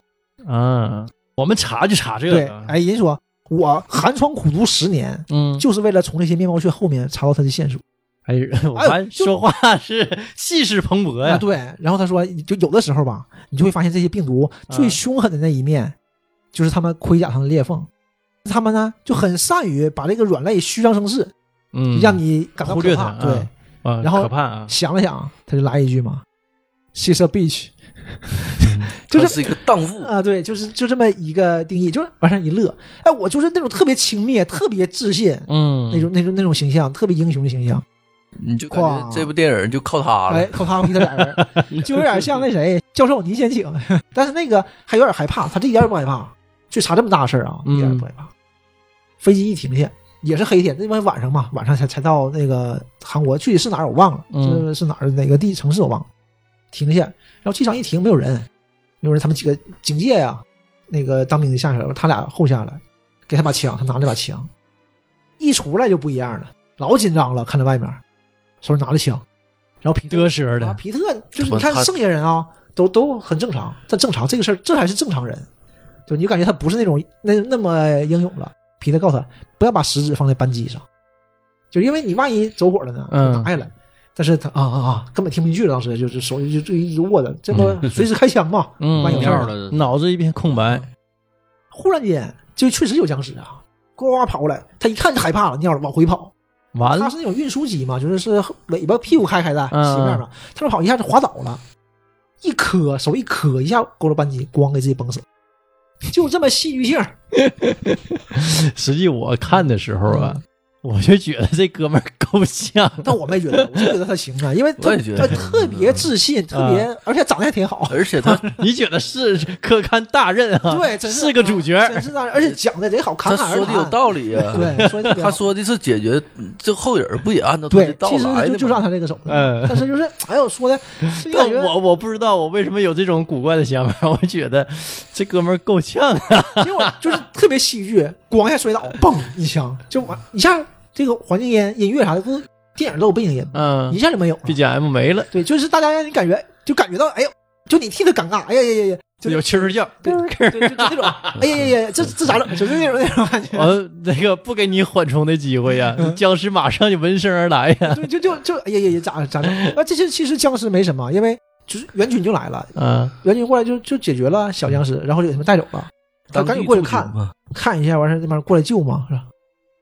啊，我们查就查这
对
个，，
哎，人说我寒窗苦读十年，
嗯，
就是为了从这些面包屑后面查到他的线索
哎，我
哎呦
还
就
说话是气势蓬勃
啊。
呀，
对，然后他说，就有的时候吧，你就会发现这些病毒最凶狠的那一面，就是他们盔甲上的裂缝。他们呢就很善于把这个软肋虚张声势，
嗯，
让你感到
忽
可
略
怕。
它
对
啊，啊，
然后
可怕啊，
想了想，他就来一句嘛 s h e s a bitch”，就
嗯
他
是
是一个荡妇。
啊，对，就是就这么一个定义，就是往上一乐。哎，我就是那种特别轻蔑、特别自信
嗯，
那种、那种、那种形象，特别英雄的形象。
你就感觉这部电影就靠他
哎
了，，
靠他和皮特俩人，就有点像那谁，教授您先请。 但是那个还有点害怕，他这一点也不害怕，就差这么大事儿啊，一点也不害怕。飞机一停下。也是黑天，那边晚上嘛，晚上才才到那个韩国，具体是哪儿我忘了，
嗯
是是哪儿哪个地城市我忘了。停下，然后机场一停，没有人，没有人，他们几个警戒呀、那个当兵的下去了，他俩后下来，给他把枪，他拿着把枪，一出来就不一样了，老紧张了，看着外面，手里拿着枪，然后皮特
得瑟
啊，
的，
皮特就是
他
你看
他
剩下人啊，都都很正常，他正常这个事儿，这还是正常人，就你就感觉他不是那种那那么英勇了。皮特告诉他不要把食指放在扳机上，就因为你万一走火了呢，
嗯
打下来。但是他啊啊啊，根本听不进去了，当时就就手就就一直握着，这不随时开枪嘛，
嗯
万一有事
尿
儿。嗯
了，
脑子一片空白，
忽然间就确实有僵尸啊，呱呱跑过来，他一看就害怕了，尿了，往回跑。
完
他
了，
是那种运输机嘛，就是是尾巴屁股开开的，
嗯
斜面嘛，他们跑一下就滑倒了，一磕手一磕一下勾着扳机，咣给自己崩死了，就这么戏剧性。
实际我看的时候啊，
嗯
我就觉得这哥们儿够呛，
但我没觉得，我就觉得他行啊， 因为他
我也觉
他
得嗯
特别自信，特别而且长得还挺好，
而 且他
你觉得是可堪大任
嗯
啊？
对，真
是个主角，
真是啊，而且讲的贼好，侃
他
侃而
说的
谈。
有道理啊，
对，说的
他说的是解决这后影儿不也按照他
对
的，道
其实
来
就
的
就是按
吗？
他这个手的，
嗯
但是就是哎呦 说的，就感
但
觉
我我不知道我为什么有这种古怪的想法，我觉得这哥们儿够呛啊！
结果就是特别戏剧，咣一下摔倒，嘣一枪就完，一下这个环境音音乐啥的，不是电影都有背景音吗，一
嗯
下就没有了。
，BGM 没了，
对，就是大家让你感觉就感觉到，哎呦，就你替他尴尬，哎呀呀呀呀，就
有蛐蛐叫，
对，就就那种，哎呀呀呀，这这咋整？就是那种那种感觉，
呃，那个不给你缓冲的机会呀，
嗯
僵尸马上就闻声而来呀。
对，就就就哎呀呀呀，咋咋整？啊，这些其实僵尸没什么，因为就是援军就来了，
嗯，
援军过来就就解决了小僵尸，然后就给他们带走了。
当
赶紧
地
过去
驻
看
军嘛
看一下，完事儿那帮人过来救嘛，是吧？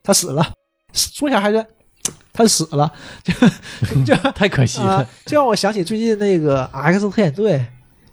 他死了，死说啥还是他死了，就就
太可惜
啊
了，
这让我想起最近那个 X 特遣队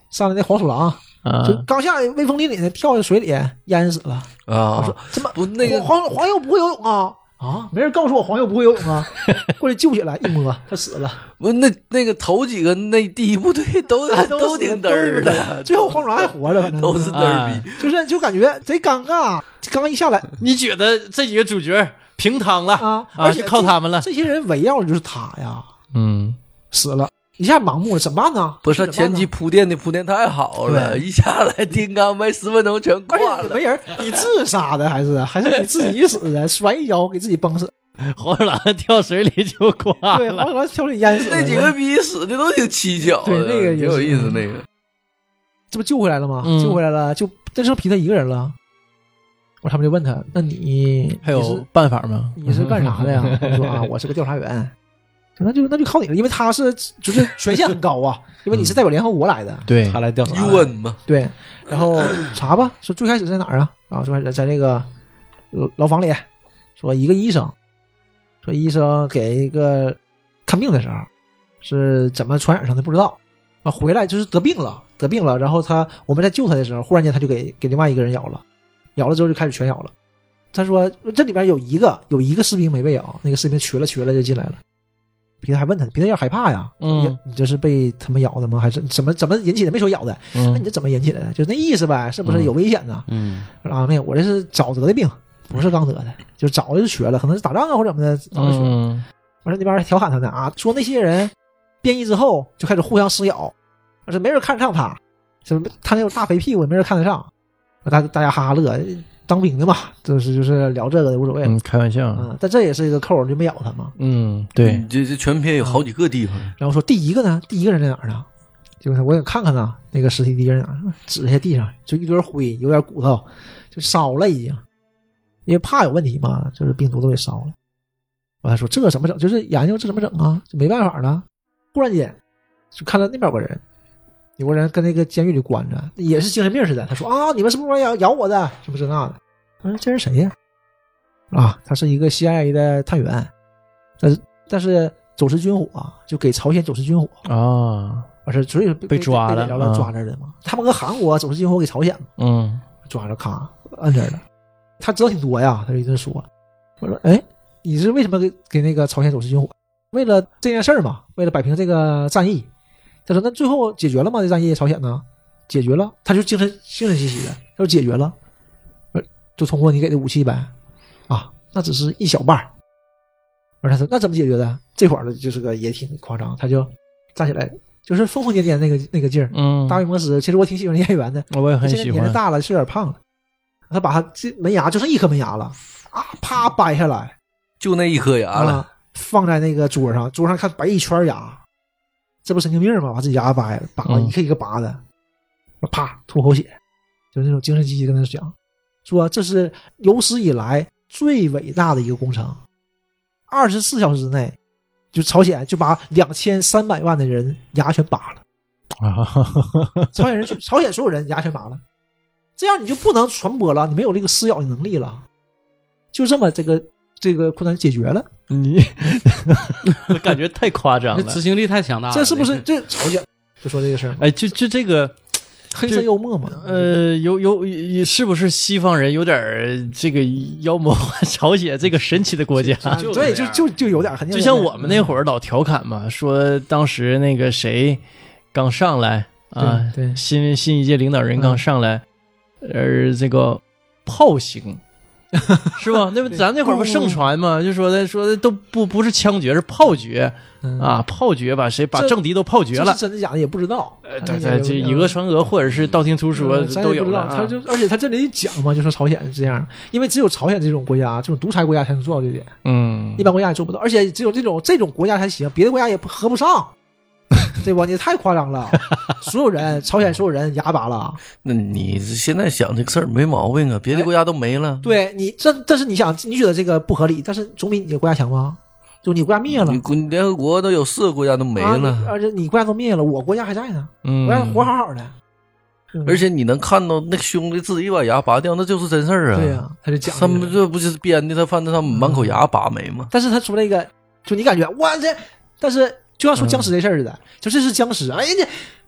上来那黄鼠狼，
啊
嗯就！刚下来威风凛凛的跳进水里淹死了。我说
啊，
怎么
不那个
黄黄油不会游泳啊？啊，没人告诉我黄油不会游泳啊， 过来救起来，一摸他死 了，
不那那个头几个那第一部队 都
啊都
挺嘚儿
的。
的，
最后黄鼠狼还活着，可能
都是嘚
哎
儿逼。
就是就感觉贼尴尬，刚一下来
你觉得这几个主角平汤了
啊，
啊，
而且
就靠他们了。
这些人围绕的就是他呀，
嗯，
死了，一下盲目了，怎么办呢？
不是
这
他
怎么办
前
呢
期铺垫的铺垫太好了，
对
一下来金刚没十分钟全
而
挂
且也
了
哎没人，你自杀的还是还是你自己死的？摔一跤给自己崩死，
黄鼠狼跳水里就挂
对，啊
了
黄。鼠狼跳水淹死了，
啊
哎
那几个逼死的都挺蹊跷的，
对那个也
挺有
是
意思。那个
这不救回来了吗？
嗯
救回来了，就那时候皮特一个人了。我他们就问他，那你
还
你
有
是
办法吗？
你是干啥 的呀？他说啊，我是个调查员。那就那就靠你了，因为他是就是权限很高啊，因为你是代表联合国来的，
对
他来调查，
嗯
U N 嘛，
对。然后查吧，说最开始在哪儿啊？啊，最开始在那个呃牢房里，说一个医生，说医生给一个看病的时候是怎么传染上的不知道，啊，回来就是得病了，得病了。然后他我们在救他的时候，忽然间他就给给另外一个人咬了，咬了之后就开始全咬了。他说这里边有一个有一个士兵没被咬，那个士兵瘸了瘸了就进来了。皮特还问他，皮特有点害怕呀，
嗯
你你这是被他们咬的吗？还是怎么怎么引起的？没说咬的，那你
嗯
这怎么引起来的？就那意思呗，是不是有危险呢？
嗯，
啊，没有，我这是早得的病，不是刚得的，就是早就瘸了，可能是打仗啊或者怎么的，早就瘸了。
嗯
完了、那边还调侃他呢啊，说那些人变异之后就开始互相撕咬，而且没人看得上他，什么他那种大肥屁股也没人看得上，大大家哈哈乐，当兵的嘛，就是就是聊这个的无所谓了。
嗯，开玩笑。
啊、但这也是一个扣儿，就没咬他嘛。
嗯，对，
这这全篇有好几个地方，
然后说第一个呢，第一个人在哪儿呢？就问他，我想看看呢，那个尸体第一个人在哪儿？指了一下地上，就一堆灰，有点骨头，就烧了已经，因为怕有问题嘛，就是病毒都给烧了。完了说这怎么整？就是研究这怎么整啊？就没办法了。忽然间就看到那边有个人，有个人跟那个监狱里关着，也是精神病似的。他说啊，你们是不是要咬我的？什么这那的？他说这人谁呀？啊，他是一个 CIA 的探员，但是但是走私军火、就给朝鲜走私军火，
啊，
完事儿所以被
被抓了
了，然后
嗯
抓着的嘛。他们搁韩国走私军火给朝鲜嘛，
嗯
抓着咔摁这儿了。他知道挺多呀，他就一顿说。我说，哎，你是为什么给给那个朝鲜走私军火？为了这件事儿嘛，为了摆平这个战役。他说，那最后解决了吗？这战役朝鲜呢？解决了，他就精神精神兮兮的，他就解决了，呃就通过你给的武器呗。啊，那只是一小半儿。而他说，那怎么解决的？这会儿的就是个也挺夸张，他就站起来，就是疯疯癫癫那个那个劲儿，
嗯，
大卫摩斯。其实我挺喜欢这演员的，
我也很
现在
喜
年
欢
纪。大了，是有点胖了。他把他这门牙就剩一颗门牙了，啊，啪掰下来
就那一颗牙了，
啊，放在那个桌上，桌上看白一圈牙，这不神经病吗？把自己牙掰了，拔了
嗯
一个一个拔的，啪吐口血，就是那种精神积极跟他讲，说这是有史以来最伟大的一个工程，二十四小时之内，就朝鲜就把两千三百万的人牙全拔了。
啊 哈哈哈
朝鲜人去， 朝鲜所有人牙全拔了，这样你就不能传播了，你没有这个撕咬的能力了，就这么这个这个困难解决了，
你，我 感觉太夸张
这
了
执。行力太强
啊
大了，
这是不是
这
这朝鲜就说这个事儿吗？
哎，就就这个，
黑色幽默嘛，
呃，有有有是不是西方人有点儿这个妖魔化 朝鲜这个神奇的国家？
啊就
对，
这
就
样
就就有点肯定
啊就
有点，
像我们那会
嗯
儿老调侃嘛，说当时那个谁刚上来啊，
对对嗯
新新一届领导人刚上来，而这个炮型。是吧？那不咱那会儿不
嗯
盛传嘛，就说的说的都不不是枪决，是炮决
嗯，
啊！炮决把谁把
这
政敌都炮决
这
了
是，真的假的也不知道，
呃
啊
对对，这以讹传讹，或者是道听途说
嗯嗯咱也
都
不
有
知
了
道，
啊。
他就而且他这里一讲嘛，就说朝鲜是这样，因为只有朝鲜这种国家，这种独裁国家才能做到这点，
嗯
一般国家也做不到，而且只有这种这种国家才行，别的国家也不合不上。对吧？你太夸张了，所有人，朝鲜所有人哑 巴了。
那你现在想这个事儿没毛病啊，别的国家都没了，
哎对你，这但是你想，你觉得这个不合理，但是总比你的国家强吗？就你国家灭了
你，国联合国都有四个国家都没
啊
了，
而且你国家都灭了，我国家还在呢，
嗯
我家活好好的。嗯
而且你能看到那兄弟自己把牙拔掉，那就是真事儿啊。
对呀、他就讲
他
这
们
个
这不就是编的？他犯的他满口牙拔没吗？
但是他说那个，就你感觉哇这，但是就像
嗯
说僵尸这事儿似的，就这是僵尸，哎呀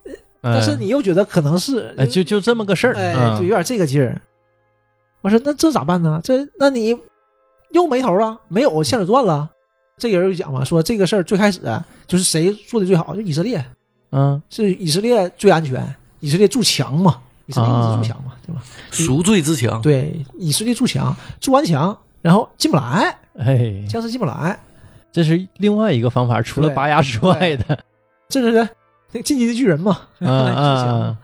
这，但
嗯
是你又觉得可能是，
哎，就就这么个事儿，
哎，就有
嗯
点这个劲儿。我说那这咋办呢？这那你又没头了，没有线索断了。这个人就讲嘛，说这个事儿最开始啊就是谁做的最好，就以色列，
嗯，
是以色列最安全，以色列筑墙嘛，以色列一直
啊
筑墙嘛，对吧？
赎罪之强，
嗯对，以色列筑墙，筑完墙然后进不来，
哎，
僵尸进不来，
这是另外一个方法，除了
对
拔牙之外的，
这是那个进击的巨人嘛，
嗯
后来筑墙
嗯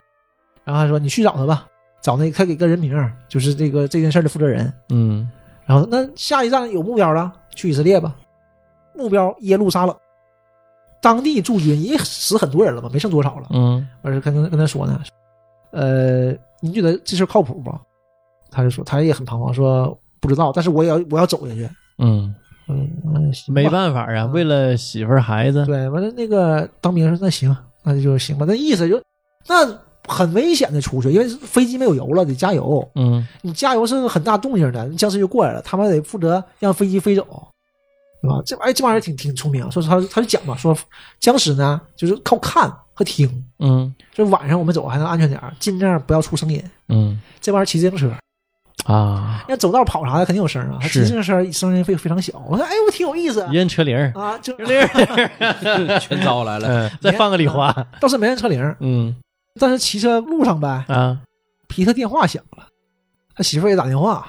然后他说你去找他吧，找那他给个人名儿，就是这个这件事儿的负责人。
嗯
然后那下一站有目标了，去以色列吧，目标耶路撒冷。当地驻军也死很多人了吧，没剩多少了。
嗯
完事儿跟他跟他说呢，呃，你觉得这事儿靠谱吗？他就说他也很彷徨，说不知道，但是我也要我要走下去。
嗯，
嗯，嗯
没办法啊，
嗯
为了媳妇儿孩子，
对，完了那个当兵说那行，那就行吧。那意思就那很危险的出去，因为飞机没有油了，得加油。
嗯
你加油是个很大动静的，你僵尸就过来了，他们得负责让飞机飞走，对吧？这玩意儿这玩意儿挺挺聪明，啊说他他就讲嘛，说僵尸呢就是靠看和听，
嗯
就是晚上我们走还能安全点儿，尽量不要出声音。
嗯
这玩意儿骑自行车，
啊，
要走道跑啥的肯定有声儿啊，他骑
是
自行车声音非非常小。我说哎，我挺有意思
一人车铃儿，
啊，就
全招来了。
嗯，再放个礼花，
倒是没人车铃，
嗯
但是骑车路上呗，
啊，
皮特电话响了，他媳妇儿也打电话，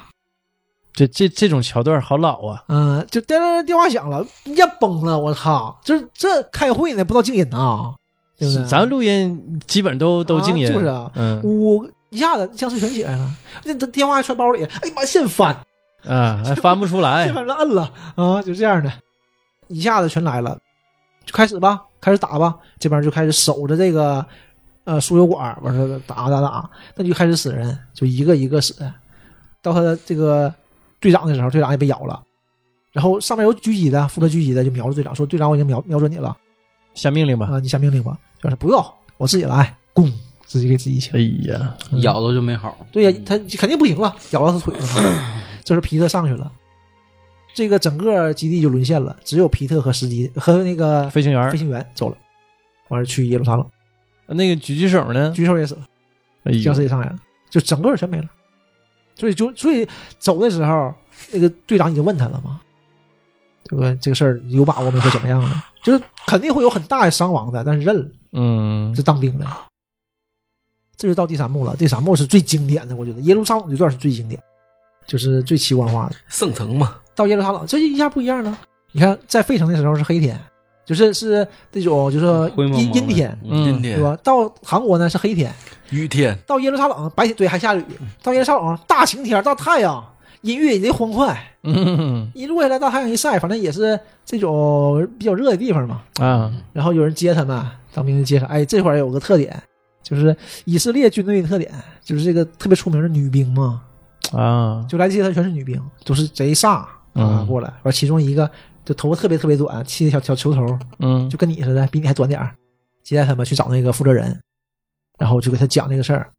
这这这种桥段好老啊，
嗯，就电电话响了，呀崩了，我操！就是这开会呢，不知道静音啊，对不对？
咱们录音基本都都静音
啊，就是啊，
嗯
呜一下子僵尸全起来了，那这电话揣包里，哎呀妈，现翻，
啊，还翻不出来
现，翻了摁了啊，就这样的，一下子全来了，就开始吧，开始打吧，这边就开始守着这个呃输油管，完事儿打打打，那就开始死人，就一个一个死，到他的这个队长的时候，队长也被咬了。然后上面有狙击的，负责狙击的就瞄着队长说：“队长，我已经瞄瞄准你了，
下命令吧，
啊，你下命令吧。就是不用，我自己来，咣，自己给自己一枪。
哎呀，
咬着就没好，
嗯
嗯
对
嗯
呀、他肯定不行了，啊咬到他腿 上了。这时候皮特上去了，这个整个基地就沦陷了，只有皮特和司机和那个
飞行员
飞
儿
行员走了，完了去耶路撒冷，
那个狙击手呢？
狙手也死了，
哎
僵
呀
尸，也上来了，就整个全没了。所以就所以走的时候，那个队长已经问他了嘛，对吧？这个事儿你有把握没？说怎么样了？就是肯定会有很大的伤亡的，但是认了。
嗯
是当兵的。这就到第三幕了，第三幕是最经典的，我觉得耶路撒冷这段是最经典，就是最奇观化的。
圣城嘛，
到耶路撒冷，这一下不一样了。你看，在费城的时候是黑天，就是是那种就是说
灰蒙蒙
阴
的
阴天，
今
嗯，
对
天
吧？到韩国呢是黑天，
雨天，
到耶路撒冷白天对还下着雨，到耶路撒冷大晴天，大太阳，音乐也得欢快，
嗯
一落下来大太阳一晒，反正也是这种比较热的地方嘛。
啊，
然后有人接他们，当兵的接他。哎，这块儿有个特点，就是以色列军队的特点，就是这个特别出名的女兵嘛，
啊，
就来接他全是女兵，都是贼飒啊
嗯
过来。完，其中一个就头发特别特别短，剃的小小球头，
嗯
就跟你似的，比你还短点儿。接待他们去找那个负责人，然后就给他讲这个事儿，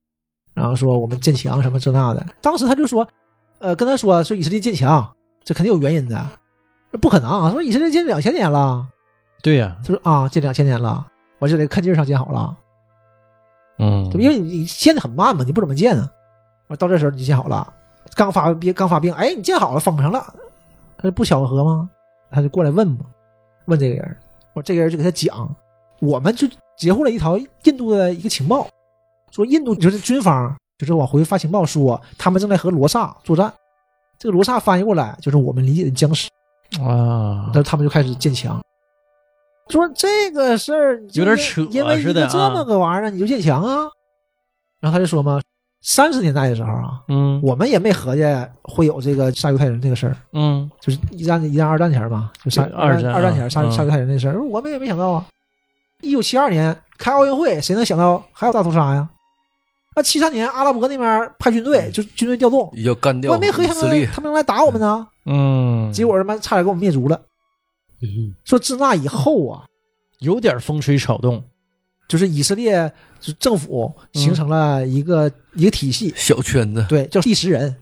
然后说我们建墙什么这那的。当时他就说，呃，跟他说说以色列建墙，这肯定有原因的，这不可能啊！说以色列建两千年了。
对呀，
他说啊，这两千年了，我就得看劲儿上建好了，
嗯
对吧因为你建的很慢嘛，你不怎么建啊。我到这时候你就建好了，刚发病刚发病，哎，你建好了封上了，他不巧合吗？他就过来问嘛，问这个人，我这个人就给他讲，我们就截获了一条印度的一个情报，说印度就是军方就是往回发情报说他们正在和罗刹作战，这个罗刹翻译过来就是我们理解的僵尸，
啊
但，是他们就开始建墙。说这个事儿
有点扯
因为一
似
个
的啊
这么个玩意儿，你就建墙啊？然后他就说嘛，三十年代的时候啊，
嗯
我们也没合计会有这个杀犹太人这个事儿，
嗯
就是一战、一战、二战前嘛，就杀
对二战啊
二战前杀
嗯
杀犹太人那事儿，我们也没想到啊。一九七二年开奥运会，谁能想到还有大屠杀呀？那七三年阿拉伯那边派军
嗯
队，就军队调动，
要干掉
我也没合计
以
他
色
们来，
列，
他们来打我们呢。
嗯，
结果他妈差点给我们灭族了。
嗯
说自那以后啊，
有点风吹草动，
就是以色列就政府
嗯
形成了一个、一个体系，
小圈子，
对，叫第十人。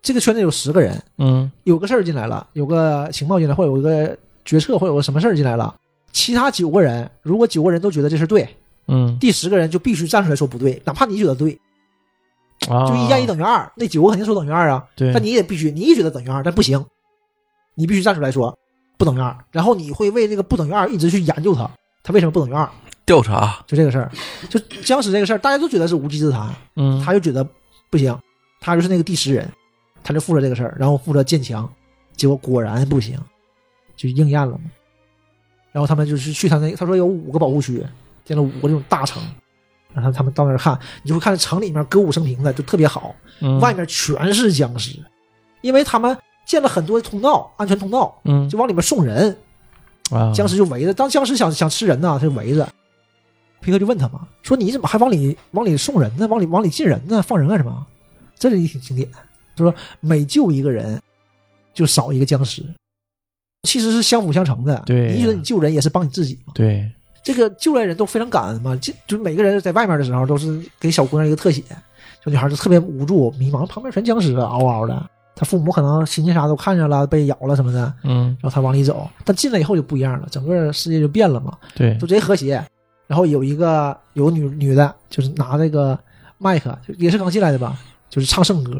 这个圈子有十个人，
嗯
有个事儿进来了，有个情报进来，或者有个决策，或者有个什么事儿进来了。其他九个人，如果九个人都觉得这事儿对，
嗯，
第十个人就必须站出来说不对，哪怕你觉得对，
啊，
就一加一等于二，那九个肯定说等于二啊，
对，
但你也必须，你也觉得等于二，但不行，你必须站出来说不等于二，然后你会为这个不等于二一直去研究它，它为什么不等于二？
调查，
就这个事儿，就僵尸这个事儿，大家都觉得是无稽之谈，
嗯，
他就觉得不行，他就是那个第十人，他就负责这个事儿，然后负责建墙，结果果然不行，就应验了嘛。然后他们就是去他那，他说有五个保护区，建了五个这种大城，然后他们到那儿看，你就会看城里面歌舞升平的，就特别好，
嗯
外面全是僵尸，因为他们建了很多通道，安全通道，
嗯
就往里面送人，
啊
僵尸就围着，当僵尸想想吃人呢，他就围着。皮克就问他嘛，说你怎么还往里往里送人呢？往里往里进人呢？放人干什么？这里挺经典，他说每救一个人就少一个僵尸，其实是相辅相成的。
对
你觉得你救人也是帮你自己嘛？
对，
这个救来人都非常感恩嘛，就就是每个人在外面的时候都是给小姑娘一个特写，小女孩就特别无助迷茫，旁边全僵尸啊嗷嗷的，她父母可能亲戚啥都看见了，被咬了什么的，
嗯
然后他往里走，但进来以后就不一样了，整个世界就变了嘛，
对
就，贼和谐。然后有一个有个女女的，就是拿这个麦克，就也是刚进来的吧，就是唱圣歌，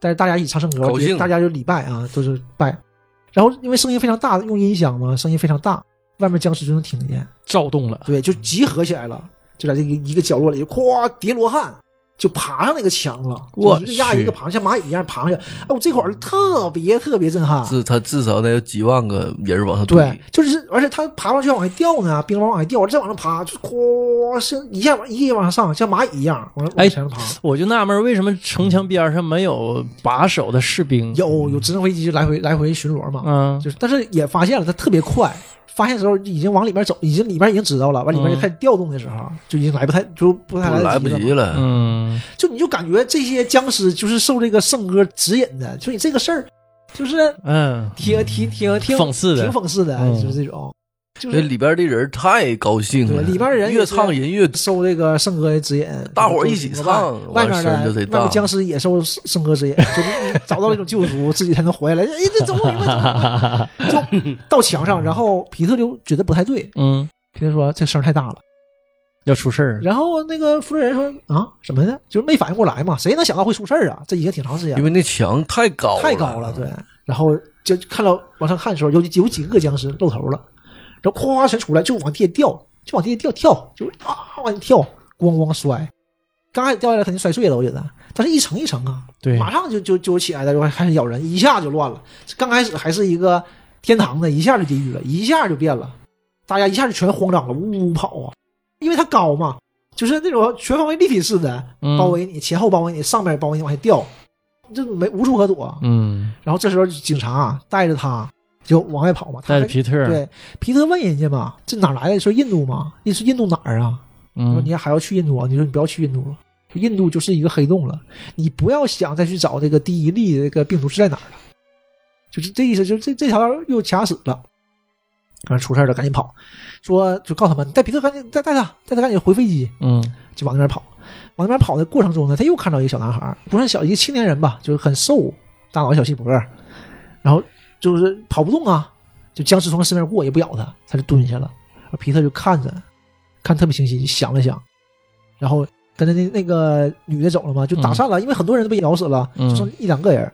但是大家一起唱圣歌，
高兴
大家就礼拜啊，都是拜。然后因为声音非常大，用音响嘛，声音非常大，外面僵尸就能听见，
躁动了，
对，就集合起来了，就在这个一个角落里，就咵叠罗汉。就爬上那个墙了，
我
就一个压一
去
个爬，像蚂蚁一样爬上去。哎，我这块儿特别特别震撼，
至他至少得有几万个人往上
对
堆，，
就是而且他爬上去往下掉呢，冰雹往下掉，再往上爬，就哐，是一下往一下往上上，像蚂蚁一样往
哎
往前爬。
我就纳闷儿为什么城墙边上没有把守的士兵？
有有直升飞机就来回来回巡逻嘛，
嗯
就是但是也发现了，他特别快，发现的时候已经往里边走，已经里边已经知道了，完里边就
嗯
开始调动的时候，就已经来不太就不太
不来不
得
及
了嘛。
了。
嗯
就你就感觉这些僵尸就是受这个圣歌指引的，就你这个事儿就是
嗯，
挺挺挺挺
讽刺的
挺讽刺的，
嗯
就是这种，就
那
是
里边的人太高兴了，
对里边的人也
越
是
唱人越
受这个圣歌的指引，
大伙儿一起
就是怎么办
唱
外
完
面
事
的
儿就得
外面
大
僵尸也受圣圣歌指 引，就是你找到了一种救赎，自己才能活下来。哎，这走我明白走我明白，就到墙上，然后皮特就觉得不太对，
嗯，
皮特说这声儿太大了。
要出事儿了，
然后那个负责人说啊什么呢？就是没反应过来嘛，谁能想到会出事儿啊？这已经挺长时间
因
了，
为那墙太高
太高了，对。然后就看到往上看的时候，有有几个僵尸露头了，然后咵全出来，就往地下掉，就往地下掉跳，就啊往地跳，咣咣摔。刚开始掉下来肯定摔碎了，我觉得，但是一层一层啊，
对
马上就就就起来了，就开始咬人，一下就乱了。刚开始还是一个天堂的，一下就地狱了，一下就变了，大家一下就全慌张了，呜呜跑啊，因为它高嘛，就是那种全方位立体式的
嗯
包围你，前后包围你，上面包围你，往下掉，就没无处可躲。啊
嗯，
然后这时候警察啊带着他就往外跑嘛，他
带
还
着皮特儿，
对皮特问人家嘛，这哪来的？说印度嘛，你是印度哪儿啊？说
嗯
你还要去印度啊？你说你不要去印度了，印度就是一个黑洞了，你不要想再去找这个第一例这个病毒是在哪儿了，就是这意思，就是这这条道又卡死了。啊，出事儿了，赶紧跑！说就告诉他们，你带皮特赶紧带带他，带他赶紧回飞机。
嗯
就往那边跑。往那边跑的过程中呢，他又看到一个小男孩儿，不算小，一个青年人吧，就是很瘦，大脑小细脖儿，然后就是跑不动啊，就僵尸从他身边过也不咬他，他就蹲下了。皮特就看着，看特别清晰，想了想，然后跟着那那个女的走了嘛，就打散了，因为很多人都被咬死了，
嗯
就剩一两个人。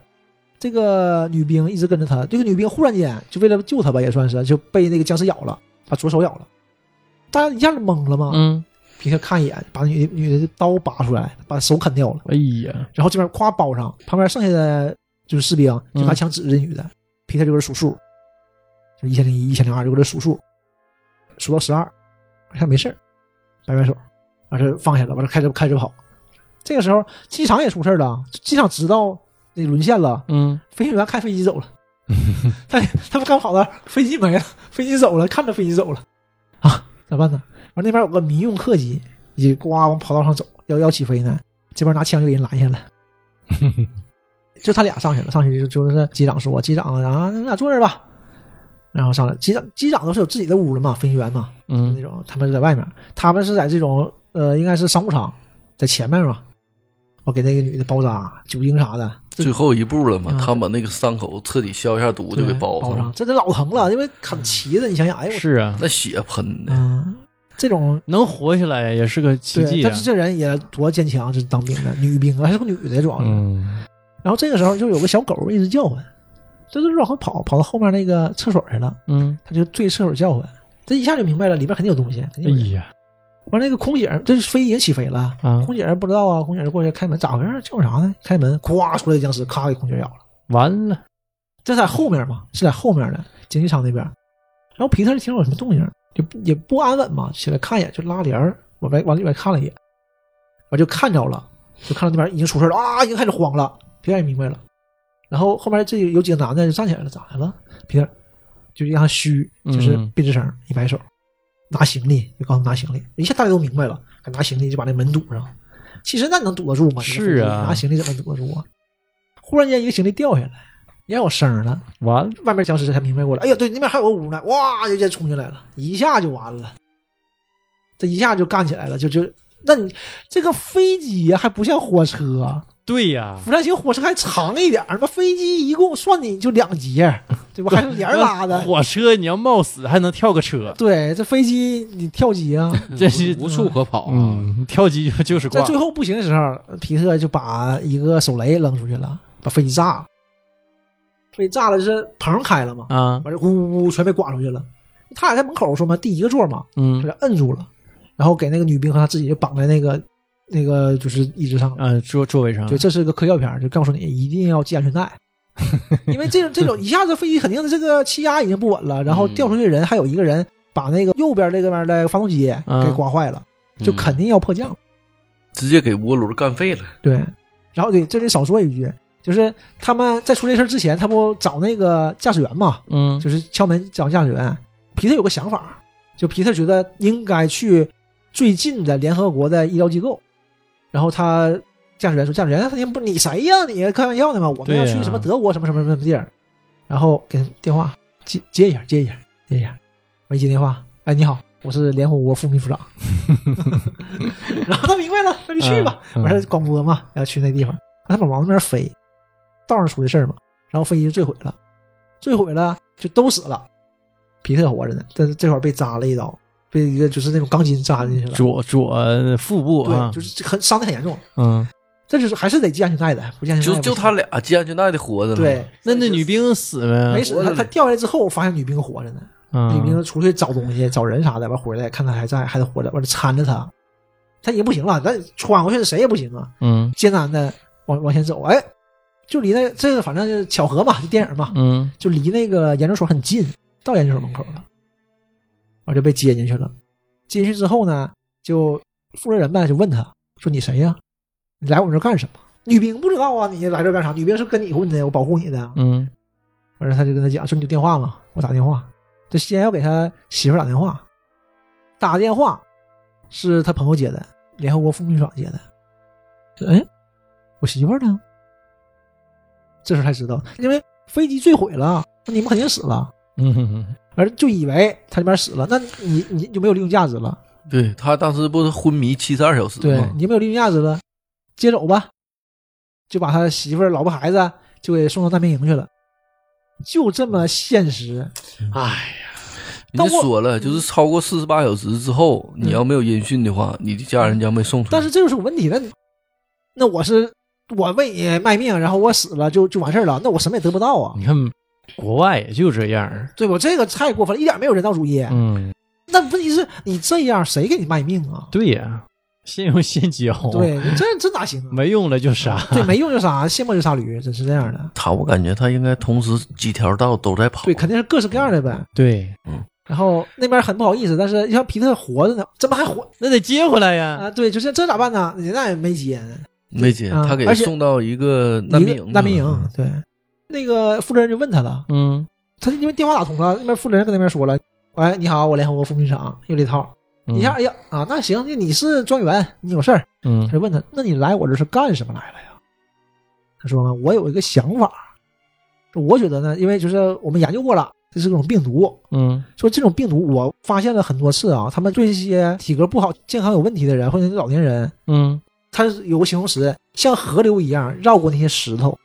这个女兵一直跟着他，这个女兵忽然间就为了救他吧，也算是就被那个僵尸咬了，把左手咬了，大家一下就懵了嘛，
嗯，
皮特看一眼，把女女的刀拔出来，把手砍掉了，
哎呀，
然后这边夸包上，旁边剩下的就是士兵就拿枪指着这女的，皮特就搁这数数，就一千零一、一千零二，就搁这数数，数到十二，看没事儿摆摆手，完事儿放下了，完事儿开始开始跑。这个时候机场也出事儿了，机场知道那沦陷了，
嗯
飞行员开飞机走了，他他们刚跑到飞机没了，飞机走了，看着飞机走了，啊，咋办呢？完那边有个民用客机，也呱往跑道上走，要要起飞呢，这边拿枪就给人拦下了，就他俩上去了，上去就就是机长说，机长啊，你俩坐这儿吧，然后上来，机长机长都是有自己的屋了嘛，飞行员嘛，
嗯
那种，他们是在外面，他们是在这种呃，应该是商务舱，在前面嘛。我给那个女的包扎、酒精啥的，
最后一步了嘛
嗯，
他把那个伤口彻底消一下毒，就给包
包
上
上
了，，
这这老疼了，因为砍旗子，你想想，哎呦，
嗯是啊，
那血喷的，
嗯，这种
能活下来也是个奇
对，
迹
但
啊
是。这人也多坚强，这当兵的女兵啊，还是个女的，主要是。
嗯，
然后这个时候就有个小狗一直叫唤，这就往后跑，跑到后面那个厕所去了，
嗯，
他就对着厕所叫唤，这一下就明白了，里边肯定有东西，肯
哎
定有人。
呀
完、那个空姐儿，这飞已经起飞了，
啊，
空姐儿不知道啊，空姐儿就过去开门，咋回事儿？叫啥呢？开门，咵出来僵尸，咔给空姐咬了。
完了，
这在后面嘛，是在后面的经济舱那边。然后皮特就听着有什么动静，就不也不安稳嘛，起来看一眼，就拉帘儿往外往里边看了一眼，我就看着了，就看到那边已经出事了啊，已经开始慌了，皮特也明白了。然后后面这有几个男的就站起来了，咋的了？皮特就让他虚，就是
嗯
别吱声，一摆手，拿行李，就告诉他拿行李，一下大家都明白了，还拿行李就把那门堵上。其实那能堵得住吗？
是啊
拿行李怎么堵得住啊？忽然间一个行李掉下来，也有声儿了。
完了，
外面僵尸才明白过来，哎呀，对，那边还有个屋呢，哇，就直接冲进来了，一下就完了，这一下就干起来了，就就，那你这个飞机啊呀还不像火车，
对呀，
釜山行火车还长一点儿，他妈飞机一共算你就两节，对吧？还是连儿拉的，
火车你要冒死还能跳个 车，
对，这飞机你跳机啊，
这是
无处可跑啊！
嗯，跳级就就是
在
挂，
最后不行的时候，皮特就把一个手雷扔出去了，把飞机炸了，飞机炸了就是棚开了嘛，
啊，
完了呜呜呜全被刮出去了，他俩在门口说嘛，第一个座嘛。
嗯
给他摁住了，然后给那个女兵和他自己就绑在那个那个就是椅子上了。
啊，座座位上
对，，这是个科教片儿，就告诉你一定要系安 全带，因为这种这种一下子飞机肯定这个气压已经不稳了，然后掉出去的人还有一个人把那个右边这边的发动机
嗯
给刮坏了，就肯定要迫降。
直接给涡轮干废了。
对，然后对这里少说一句，就是他们在出这事儿之前，他不找那个驾驶员嘛，
嗯
就是敲门找驾驶员。皮特有个想法，就皮特觉得应该去最近的联合国的医疗机构。然后他驾驶员说：“驾驶员，他不你谁呀？你开玩笑呢吗？我们要
对呀
去什么德国什么什么什么地儿。”然后给他电话接接一下，接一下，接一下。我一接电话，哎，你好，我是联合国副秘书长。 然后他明白了，那 就去吧。
嗯嗯
完事儿广播嘛，要去那地方，他们往那边飞，道上出的事儿嘛，然后飞机就坠毁了，坠毁了就都死了，皮特活着呢，但是这会儿被扎了一刀，被一个就是那种钢筋扎进去了，
左左腹部啊
对，就，是很伤的很严重，
嗯，
这就是还是得系安全带的，不系安全带嗯
就
不行
就他俩系安全带的活着呢，
对，
那那女兵死
没
没？
死，他他掉下来之后，发现女兵活着呢，
嗯
女兵出去找东西、找人啥的，完回来看他还在，还得活着，完了搀着他，他也不行了，咱穿过去谁也不行啊，
嗯
艰难的往往前走，哎，就离那这个反正就是巧合嘛，就电影嘛，
嗯
就离那个研究所很近，到研究所门口了，我就被接进去了。接进去之后呢，就负责人呗就问他说：“你谁呀？你来我们这儿干什么？”女兵不知道啊，你来这儿干啥？女兵是跟你混的，我保护你的。
嗯
完事儿他就跟他讲说：“你有电话吗？我打电话。”就先要给他媳妇儿打电话，打电话是他朋友接的，联合国副秘书长接的。说哎，我媳妇儿呢？这时候才知道，因为飞机坠毁了，那你们肯定死了，
嗯嗯
而就以为他那边死了，那你你就没有利用价值了，
对他当时不是昏迷七十二小时
对
吗？
你没有利用价值了，接走吧，就把他媳妇儿、老婆、孩子就给送到难民营去了，就这么现实。
哎，
人
但
家
我嗯
说了，就是超过四十八小时之后，你要没有音讯的话，你的家人将被送出来。
但是这就是有问题的。那那我是我为你卖命，然后我死了就就完事儿了，那我什么也得不到啊，
你看国外也就这样儿，
对吧？这个太过分了，一点没有人道主义。
嗯，
那问题是你这样，谁给你卖命啊？
对呀、先用先交，，
对，你这这哪 行啊？
没用了就杀，
对，没用就杀，卸磨就杀驴，真是这样的。
他我感觉他应该同时几条道都在跑。
对，肯定是各式各样的呗。
对，
然后那边很不好意思，但是要皮特活着呢，怎么还活
那得接回来呀，
啊？对，就是这咋办呢？人家也没接呢，
没接，
啊
他给
而且
送到一个难嗯民
一个
营。
难民营。对，那个负责人就问他了，
嗯
他因为电话打通了，那边负责人跟那边说了：“喂，你好，我联合国副秘书长，又这套，
嗯
一下，哎呀啊，那行，那你是专员，你有事儿，
嗯
他就问他，那你来我这是干什么来了呀？他说呢，我有一个想法，我觉得呢，因为就是我们研究过了，这是种病毒，
嗯
说这种病毒我发现了很多次啊，他们对一些体格不好、健康有问题的人或者是老年人，
嗯
它是有个形容词，像河流一样绕过那些石头，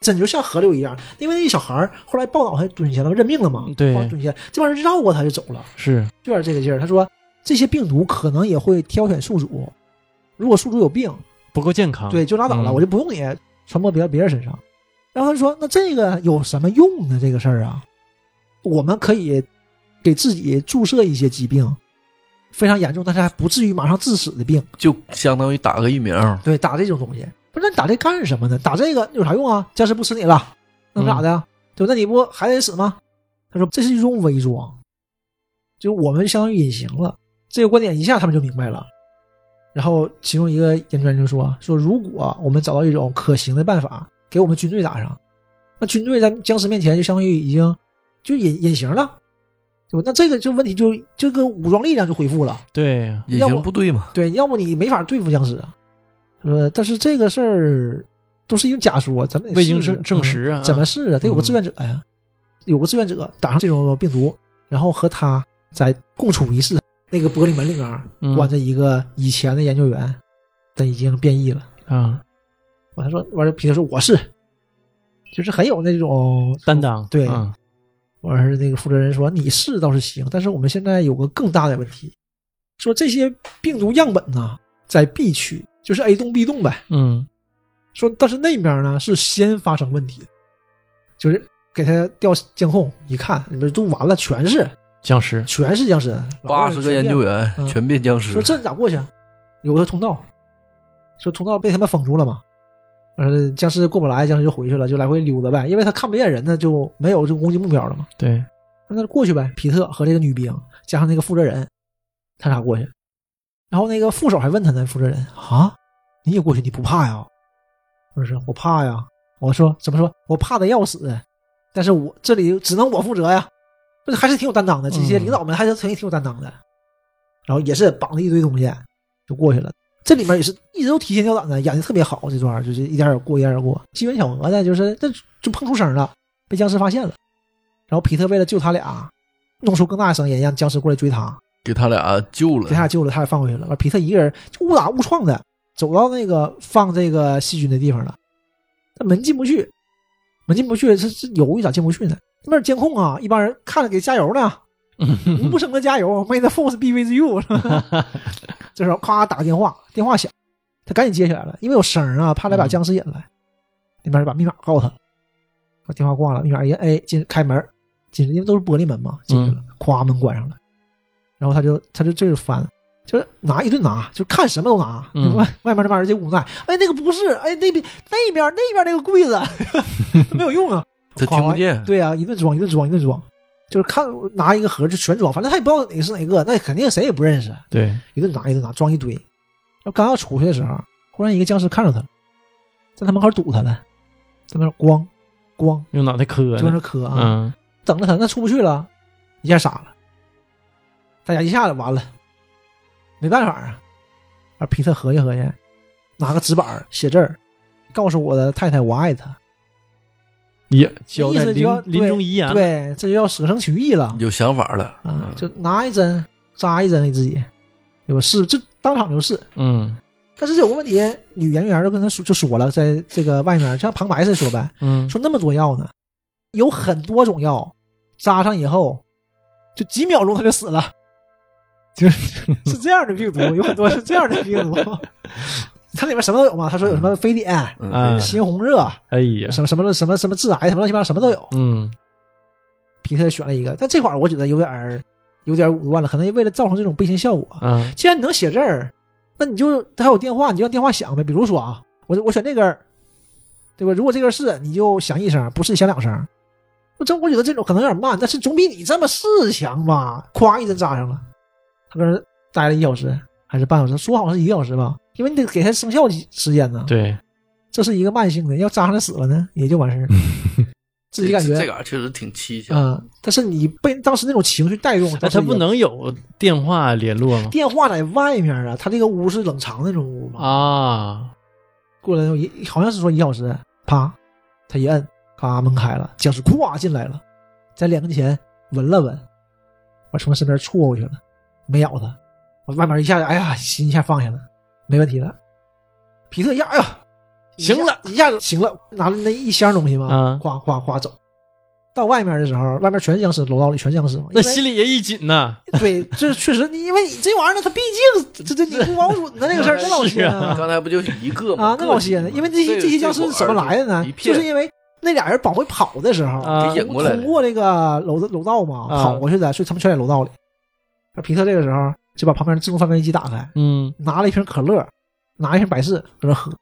真就像河流一样。因为那小孩儿后来抱脑袋蹲下了，认命了嘛，
对
抱蹲下，这帮人绕过他就走了，
是
就有点这个劲儿。他说这些病毒可能也会挑选宿主，如果宿主有病，
不够健康，
对，就拉倒了，
啊嗯
我就不用你传播别别人身上。然后他说：“那这个有什么用呢？这个事儿啊，我们可以给自己注射一些疾病，非常严重，但是还不至于马上致死的病。
就相当于打个疫苗，
对，打这种东西，不是那你打这干什么呢？打这个有啥用啊？僵尸不吃你了，能咋的呀？啊对吧？那你不还得死吗？他说这是一种伪装，就我们相当于隐形了。这个观点一下他们就明白了。然后其中一个研究员就说啊说，如果我们找到一种可行的办法，给我们军队打上，那军队在僵尸面前就相当于已经就隐隐形了，对吧？那这个就问题就就跟武装力量就恢复了。
对，
隐
要不
形部队嘛，
对，要么你没法对付僵尸啊。呃，但是这个事儿都是一种假说，咱们得
未经
试试
证证实啊
嗯怎么试啊？得有个志愿者呀，有个志愿者打上这种病毒，然后和他再共处一室。那个玻璃门里面
嗯
关着一个以前的研究员，但已经变异了。
啊，
完他说，完了，皮特说我是，就是很有那种
担当
对
嗯
完事儿那个负责人说：“你是倒是行，但是我们现在有个更大的问题，说这些病毒样本呢在 B 区，就是 A 栋 B 栋呗。
嗯
说但是那边呢是先发生问题，就是给他调监控一看，里面都完了，全是
僵尸，
全是僵尸，
八十个研究员
嗯
全变僵尸
说，这咋过去啊？有个通道，说通道被他们封住了嘛。完了，僵尸过不来，僵尸就回去了，就来回溜达呗，因为他看不见人呢，就没有这个攻击目标了嘛。”
对，
那就过去呗。皮特和这个女兵加上那个负责人，他俩过去。然后那个副手还问他呢，负责人啊，你也过去，你不怕呀？我说我怕呀。我说怎么说？我怕的要死，但是我这里只能我负责呀。这还是挺有担当的，这些
嗯
领导们还是挺挺有担当的。然后也是绑着一堆东西就过去了。这里面也是一直都提心吊胆的，演的特别好。这段就是一点点过，一点点过。西门小娥呢，就是这就碰出声了，被僵尸发现了。然后皮特为了救他俩，弄出更大的声音，让僵尸过来追他，
给他俩救
给他俩
了，
救了，他俩放回去了。完，皮特一个人就误打误撞的走到那个放这个细菌的地方了，但门进不去，门进不去，这这犹豫咋进不去呢？那边监控啊，一帮人看着给加油 呢，无声的加油，May the force be with you 是吧。这时候咔打个电话，电话响，他赶紧接起来了，因为有声儿啊，怕来把僵尸引来。那边把密码告诉他，把电话挂了，密码一摁，哎，进开门，进去，因为都是玻璃门嘛，进去了，咵门关上了。然后他就他就这就翻，就是拿一顿拿，就看什么都拿。
嗯
外外面那帮人就无奈，哎，那个不是，哎，那边那边那边那个柜子 没有用啊，
他听不见，
对啊，一顿装，一顿装，一顿装，就是看拿一个盒就全装，反正他也不知道哪个是哪个，那肯定谁也不认识，
对，
一顿拿一顿拿，装一堆。然后刚要出去的时候，忽然一个僵尸看着他了，在他门口堵他了，在门口咣咣
用脑袋磕
就在那
呢，
磕啊，
嗯
等着他，那出不去了，一下傻了，大家一下子完了，没办法啊。而皮特合计合计，拿个纸板儿写字儿，告诉我的太太我爱她。
也交代
意思就
临
要
临终遗言，
对，这就要舍生取义了。
有想法了，
啊，就拿一针扎一针给自己，对吧？是，就当场就是。
嗯
但是这有个问题，女研究员就跟他说，就说了，在这个外面，像旁白似的说呗，
嗯
说那么多药呢，有很多种药，扎上以后，就几秒钟他就死了，就是是这样的病毒，有很多是这样的病毒，它里面什么都有嘛。他说有什么非典、
啊
嗯，
猩红热，
哎呀，
什么什么什么什么致癌，什么乱七八糟什么都有。
嗯
皮特选了一个，但这块儿我觉得有点儿有点儿武断了，可能为了造成这种背心效果。
啊
既然你能写字儿，那你就他还有电话，你就让电话响呗。比如说啊，我我选这根儿，对吧？如果这根儿是，你就响一声；不是响两声。我这我觉得这种可能有点慢，但是总比你这么试强吧？咵一针扎上了，他搁那儿待了一小时还是半小时，说好是一个小时吧，因为你得给他生效时间呢。
对，嗯
这是一个慢性的，要扎上死了呢，也就完事儿了。自己 感觉
这这嘎确实挺蹊跷。
啊、但是你被当时那种情绪带动，
那
但
他
是
不
也
能有电话联络吗？
电话在外面啊，他这个屋是冷藏那种屋嘛，
啊，
过了一好像是说一小时，啪，他一摁，咔门开了，僵尸咵进来了，在脸跟前闻了闻，我从他身边错过去了，没咬他，我外面一下，哎呀，心一下放下了，没问题了。皮特一下，哎呀，
行了
一下，一下子行了，拿了那一箱东西嘛
嗯，
哗哗哗走。到外面的时候，外面全是僵尸，楼道里全是僵尸嘛。
那
因为
心里也一紧呐。
对，这确实，你因为你这玩意儿呢，它毕竟这这你不保准的那个 事儿，真老
是
些
啊
刚才不就一个吗？
嗯啊，那老些呢，因为这些这些僵尸是怎么来的呢
一？片
就是因为那俩人往回跑的时候，
啊
给引过来
通哦过这个楼楼道嘛，
啊
跑过去的，所以他们全在楼道里。而皮特这个时候就把旁边的自动贩卖机打开，
嗯
拿了一瓶可乐，拿一瓶百事搁那喝。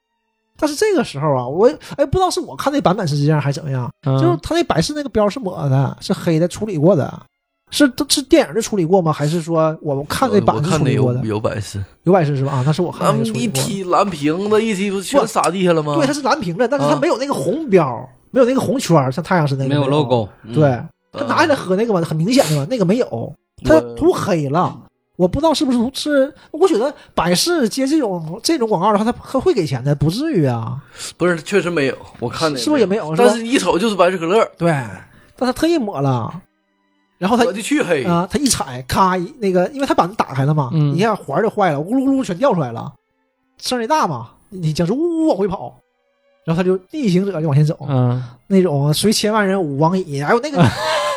但是这个时候啊，我哎不知道是我看那版本是这样还是怎么样，
嗯，
就是他那百事那个标是抹的，是黑的，处理过的，是这是电影就处理过吗？还是说我们看那版
呃我
是
看
处
那
理过
有
的？
有百事，
有百事是吧？啊，那是我看
他
那个
们
处理
一
过的。
踢蓝瓶子，一踢不全撒地下了吗？
对，它是蓝屏的，但是它
啊
没有那个红标，没有那个红圈儿，像太阳似的那
没
个
有 logo，嗯
对，
嗯
他拿起来喝那个嘛，很明显的嘛，那个没有，它涂黑了。我不知道是不是是，我觉得百事接这种这种广告的话，他他会给钱的，不至于啊。
不是，确实没有，我看的
是是不是也没有是吧
但是一瞅就是百事可乐，
对，但他特意抹了，然后他
我的去嘿，
啊、他一踩，咔，一那个，因为他把门打开了嘛，
嗯
一下环儿就坏了，咕噜咕噜全掉出来了，声儿也大嘛，你僵尸呜呜往回跑，然后他就逆行者就往前走，
嗯
那种虽千万人吾往矣，哎呦那 个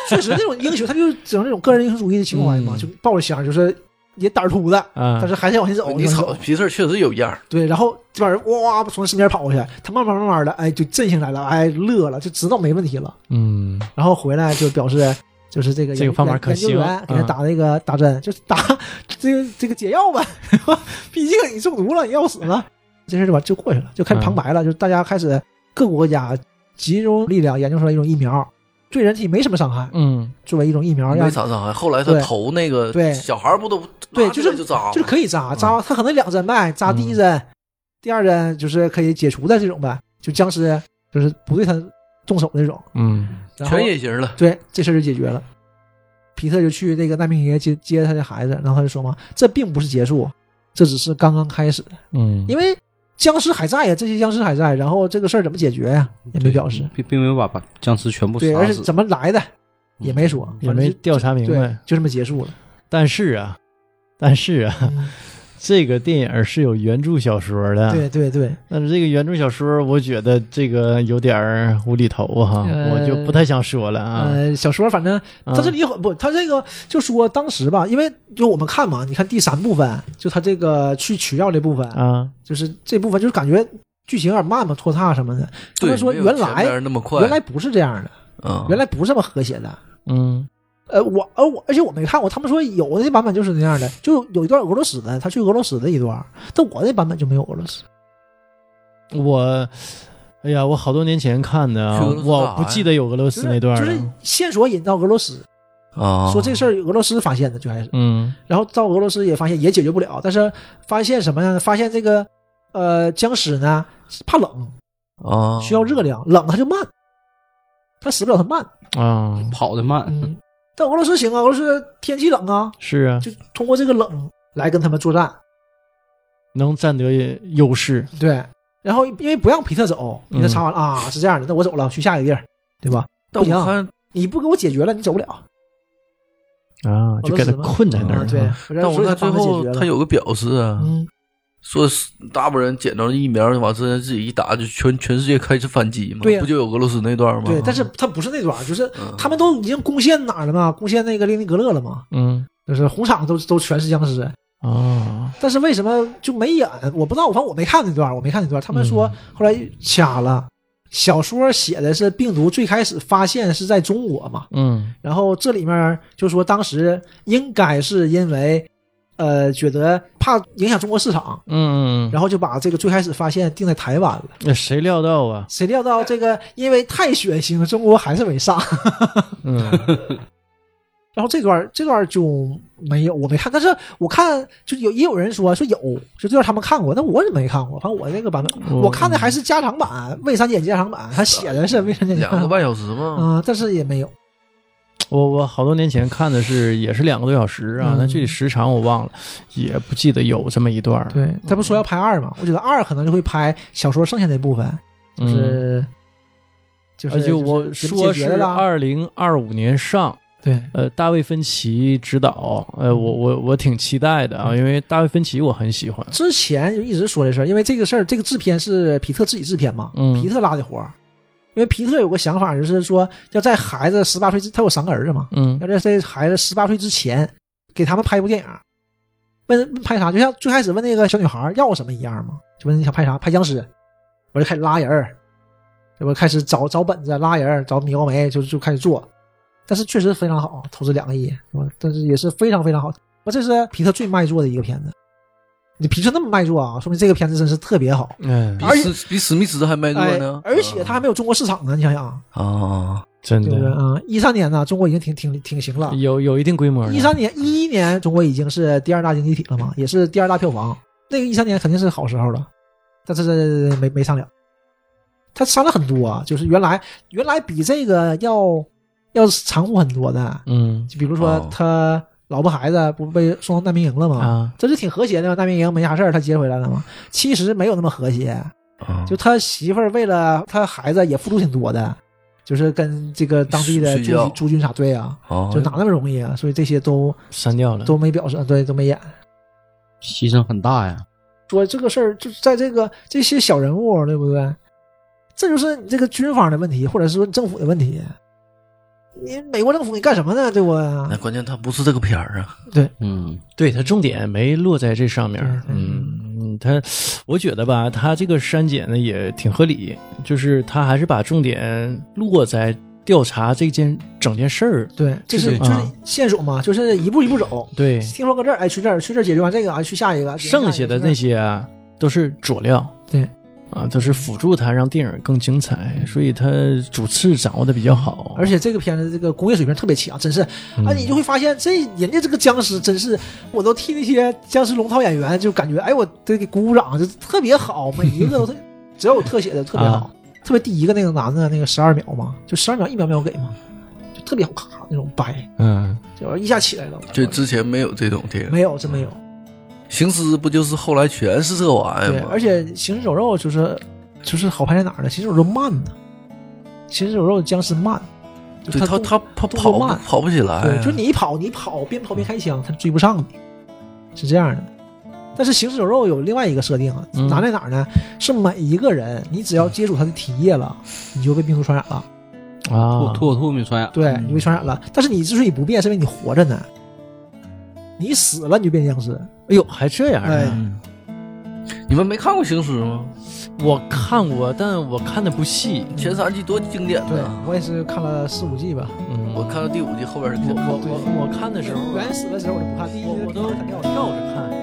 确实那种英雄，他就是整那种个人英雄主义的情怀嘛，
嗯
就抱着箱，就是也胆儿突的，但
嗯
是还想往前走，
你
往前
瞅
走
皮特确实有样儿，
对，然后这帮人哇哇从他身边跑过去，他慢慢慢慢的哎就振兴来了，哎乐了，就知道没问题了，
嗯，
然后回来就表示。就是这个
这个
研
方法可
研究
行
员给他
嗯
打那个打针，就是打这个这个解药吧， 毕竟你中毒了，你要死了，这事儿就完就过去了，就开始旁白
嗯
了，就大家开始各国家集中力量研究出来一种疫苗，对人体没什么伤害，
嗯
作为一种疫苗，让
没啥伤害。后来
对
他投那个
对
小孩儿不都
对
拿起
就是
来就扎
就是
吗？
可以
嗯
扎扎，它可能两针呗，扎第一针，第二针就是可以解除的这种呗，就僵尸就是不对他动手那种，
嗯
然后
全隐形了，
对这事儿就解决了。皮特就去那个难民营接接他的孩子，然后他就说嘛，这并不是结束，这只是刚刚开始，
嗯，
因为僵尸还在呀，这些僵尸还在，然后这个事儿怎么解决呀，也没表
嗯
示，
并并没有把把僵尸全部
对，
杀
而且
死，
怎么来的也没说，
也没调查明
反正就，
白
对。，就这么 结束了。
但是啊，但是啊，这个电影是有原著小说的。
对对对，
但是这个原著小说，我觉得这个有点儿无厘头哈，
呃
我就不太想说了啊。
呃，小说反正
嗯
他这里也很不，他这个就说当时吧，因为就我们看嘛，你看第三部分，就他这个去取药这部分，
啊，
就是这部分就是感觉剧情有点慢嘛，拖沓什么的。他
对，
们说
没有
原
前面
来
那么快，
原来不是这样的，
嗯
原来不是这么和谐的。
嗯
呃，我呃我，而且我没看过，他们说有的那版本就是那样的，就有一段俄罗斯的，他去俄罗斯的一段，但我那版本就没有俄罗斯。
我，哎呀，我好多年前看的啊
去俄罗，斯干
我
啥
不记得有俄罗斯那段啊
就是
了。
线索引到俄罗斯，
啊，
说这事儿俄罗斯发现的，最开始。
嗯
然后到俄罗斯也发现也解决不了，但是发现什么呢？发现这个呃僵尸呢是怕冷，
啊
需要热量，冷它就慢，它死不了它慢。
啊，
跑得慢，
嗯， 但俄罗斯行啊，俄罗斯天气冷啊，
是啊，
就通过这个冷来跟他们作战。
能占得优势。
对，然后因为不让皮特走，皮特查完了、啊是这样的，那我走了，去下一个地儿，对吧？
但
不行
我看
你不给我解决了，你走不了。
啊，就给他困在那儿
啊
了。
对，
但我
所以
看
他
最
帮
后
解决了
他有个表示啊，
嗯，
说是大部分人捡到疫苗就完事，自己一打就全全世界开始反击嘛，
对呀
不就有俄罗斯那段吗？
嗯对，但是他不是那段，就是
嗯
他们都已经攻陷哪儿了嘛？攻陷那个列宁格勒了嘛？
嗯
就是红场都都全是僵尸，
啊，
但是为什么就没演？我不知道，反正我没看那段，我没看那段。他们说
嗯
后来掐了。小说写的是病毒最开始发现是在中国嘛，
嗯
然后这里面就说当时应该是因为，呃，觉得怕影响中国市场，
嗯，
然后就把这个最开始发现定在台湾了。
那谁料到啊？
谁料 到这个因为太血腥，中国还是没上。
嗯
然后这段这段就没有，我没看，但是我看就有也有人说说有，就这段他们看过，但我怎么没看过？反正我那个版本，
我
我看的还是加长版，未删减加长版，他写的是未删减加
两 个
嗯
长版
半小时嘛，
啊、但是也没有。
我我好多年前看的是也是两个多小时啊
嗯，
那具体时长我忘了，也不记得有这么一段儿。
对，他不说要拍二嘛？我觉得二可能就会拍小说剩下那部分，就
嗯，
是、就是
而且我
就是
说
解
是
决的啦
二零二五年上，
对
呃，大卫芬奇执导，呃，我我我挺期待的啊，因为大卫芬奇我很喜欢。
之前就一直说这事儿，因为这个事儿，这个制片是皮特自己制片嘛，
嗯
皮特拉的活儿。因为皮特有个想法，就是说要在孩子十八岁之，他有三个儿子嘛，
嗯
要在这孩子十八岁之前给他们拍一部电影儿，问问拍啥，就像最开始问那个小女孩儿要什么一样嘛，就问你想拍啥，拍僵尸，我就开始拉人儿，对吧？开始找找本子拉人儿，找米高梅，就就开始做，但是确实非常好，投资两个亿，是吧但是也是非常非常好，我这是皮特最卖座的一个片子。你皮特那么卖座啊，说明这个片子真是特别好，
嗯，
比
而且
史比史密斯还卖座
哎
呢，，
而且他还没有中国市场呢，你想想，
啊，
真
对不对
的
啊？一三年呢，中国已经挺挺挺行了，
有有一定规模的。
一三年、一一年，中国已经是第二大经济体了嘛，也是第二大票房。那个一三年肯定是好时候了，但是这没没上了。他删了很多、啊，就是原来原来比这个要要残酷很多的，
嗯
就比如说
哦
他老婆孩子不被送到难民营了吗？
啊，
这是挺和谐的嘛，难民营没啥事儿，他接回来了嘛。其实没有那么和谐，
啊
就他媳妇儿为了他孩子也付出挺多的，就是跟这个当地的
睡
驻
觉
军驻军啥队啊，
哦
啊
就哪那么容易啊？所以这些都
删掉了。
都没表示，啊对，都没演。
牺牲很大呀。
说这个事儿，就是在这个这些小人物，对不对？这就是你这个军方的问题，或者是说你政府的问题。你美国政府你干什么呢？对不
那
嗯
对？
关键他不是这个片儿啊，
嗯，
对他重点没落在这上面儿，
对
嗯，嗯他我觉得吧，他这个删减呢也挺合理，就是他还是把重点落在调查这件整件事儿，
对，这是
是
就是
啊
线索嘛，就是一步一步走。
对，
听说搁这儿，哎，去这儿，去这儿解决完这个，哎，去下一个。
剩下的那些啊都是佐料，
对，
啊，都是辅助他让电影更精彩，所以他主次掌握的比较好，
而且这个片子这个工业水平特别强，真是啊，你就会发现这人家这个僵尸真是，我都替那些僵尸龙套演员就感觉，哎，我得给鼓鼓掌，就特别好，每一个都特只要有特写的特别好，
啊
特别第一个那个男的那个十二秒嘛，就十二秒一秒秒给嘛，就特别好，咔那种掰，
嗯，
就一下起来了。
这之前没有这种电影，
没有，真没有。
行尸不就是后来全是这玩意
对
儿，吗？
而且《行尸走肉》就是就是好拍在哪儿呢？《行尸走肉》慢呢，《行尸走肉》僵尸慢，就
对他
动
他他
动
跑
作
不
慢
跑不起来
对，
啊，
就是你一跑，你一跑边跑边开枪，他追不上你，是这样的。但是行尸走肉有另外一个设定啊，
嗯
难在哪儿呢？是每一个人，你只要接触他的体液了，你就被病毒传染了，
啊
兔，兔兔没穿呀。啊
对，你被传染了。但是你之所以不变，是因为你活着呢。你死了你就变僵尸，
哎呦，还这样
哎
呢，
嗯你们没看过行尸吗？
我看过，但我看的不细，
前三季多经典
对
的啊，
我也是看了四五季吧。
嗯，
我看到第五季后边儿是
我
真看不
我
懂
我我看的时候啊。
嗯原来死的时候我就不看，第一
我我都
跳
跳着看。嗯
啊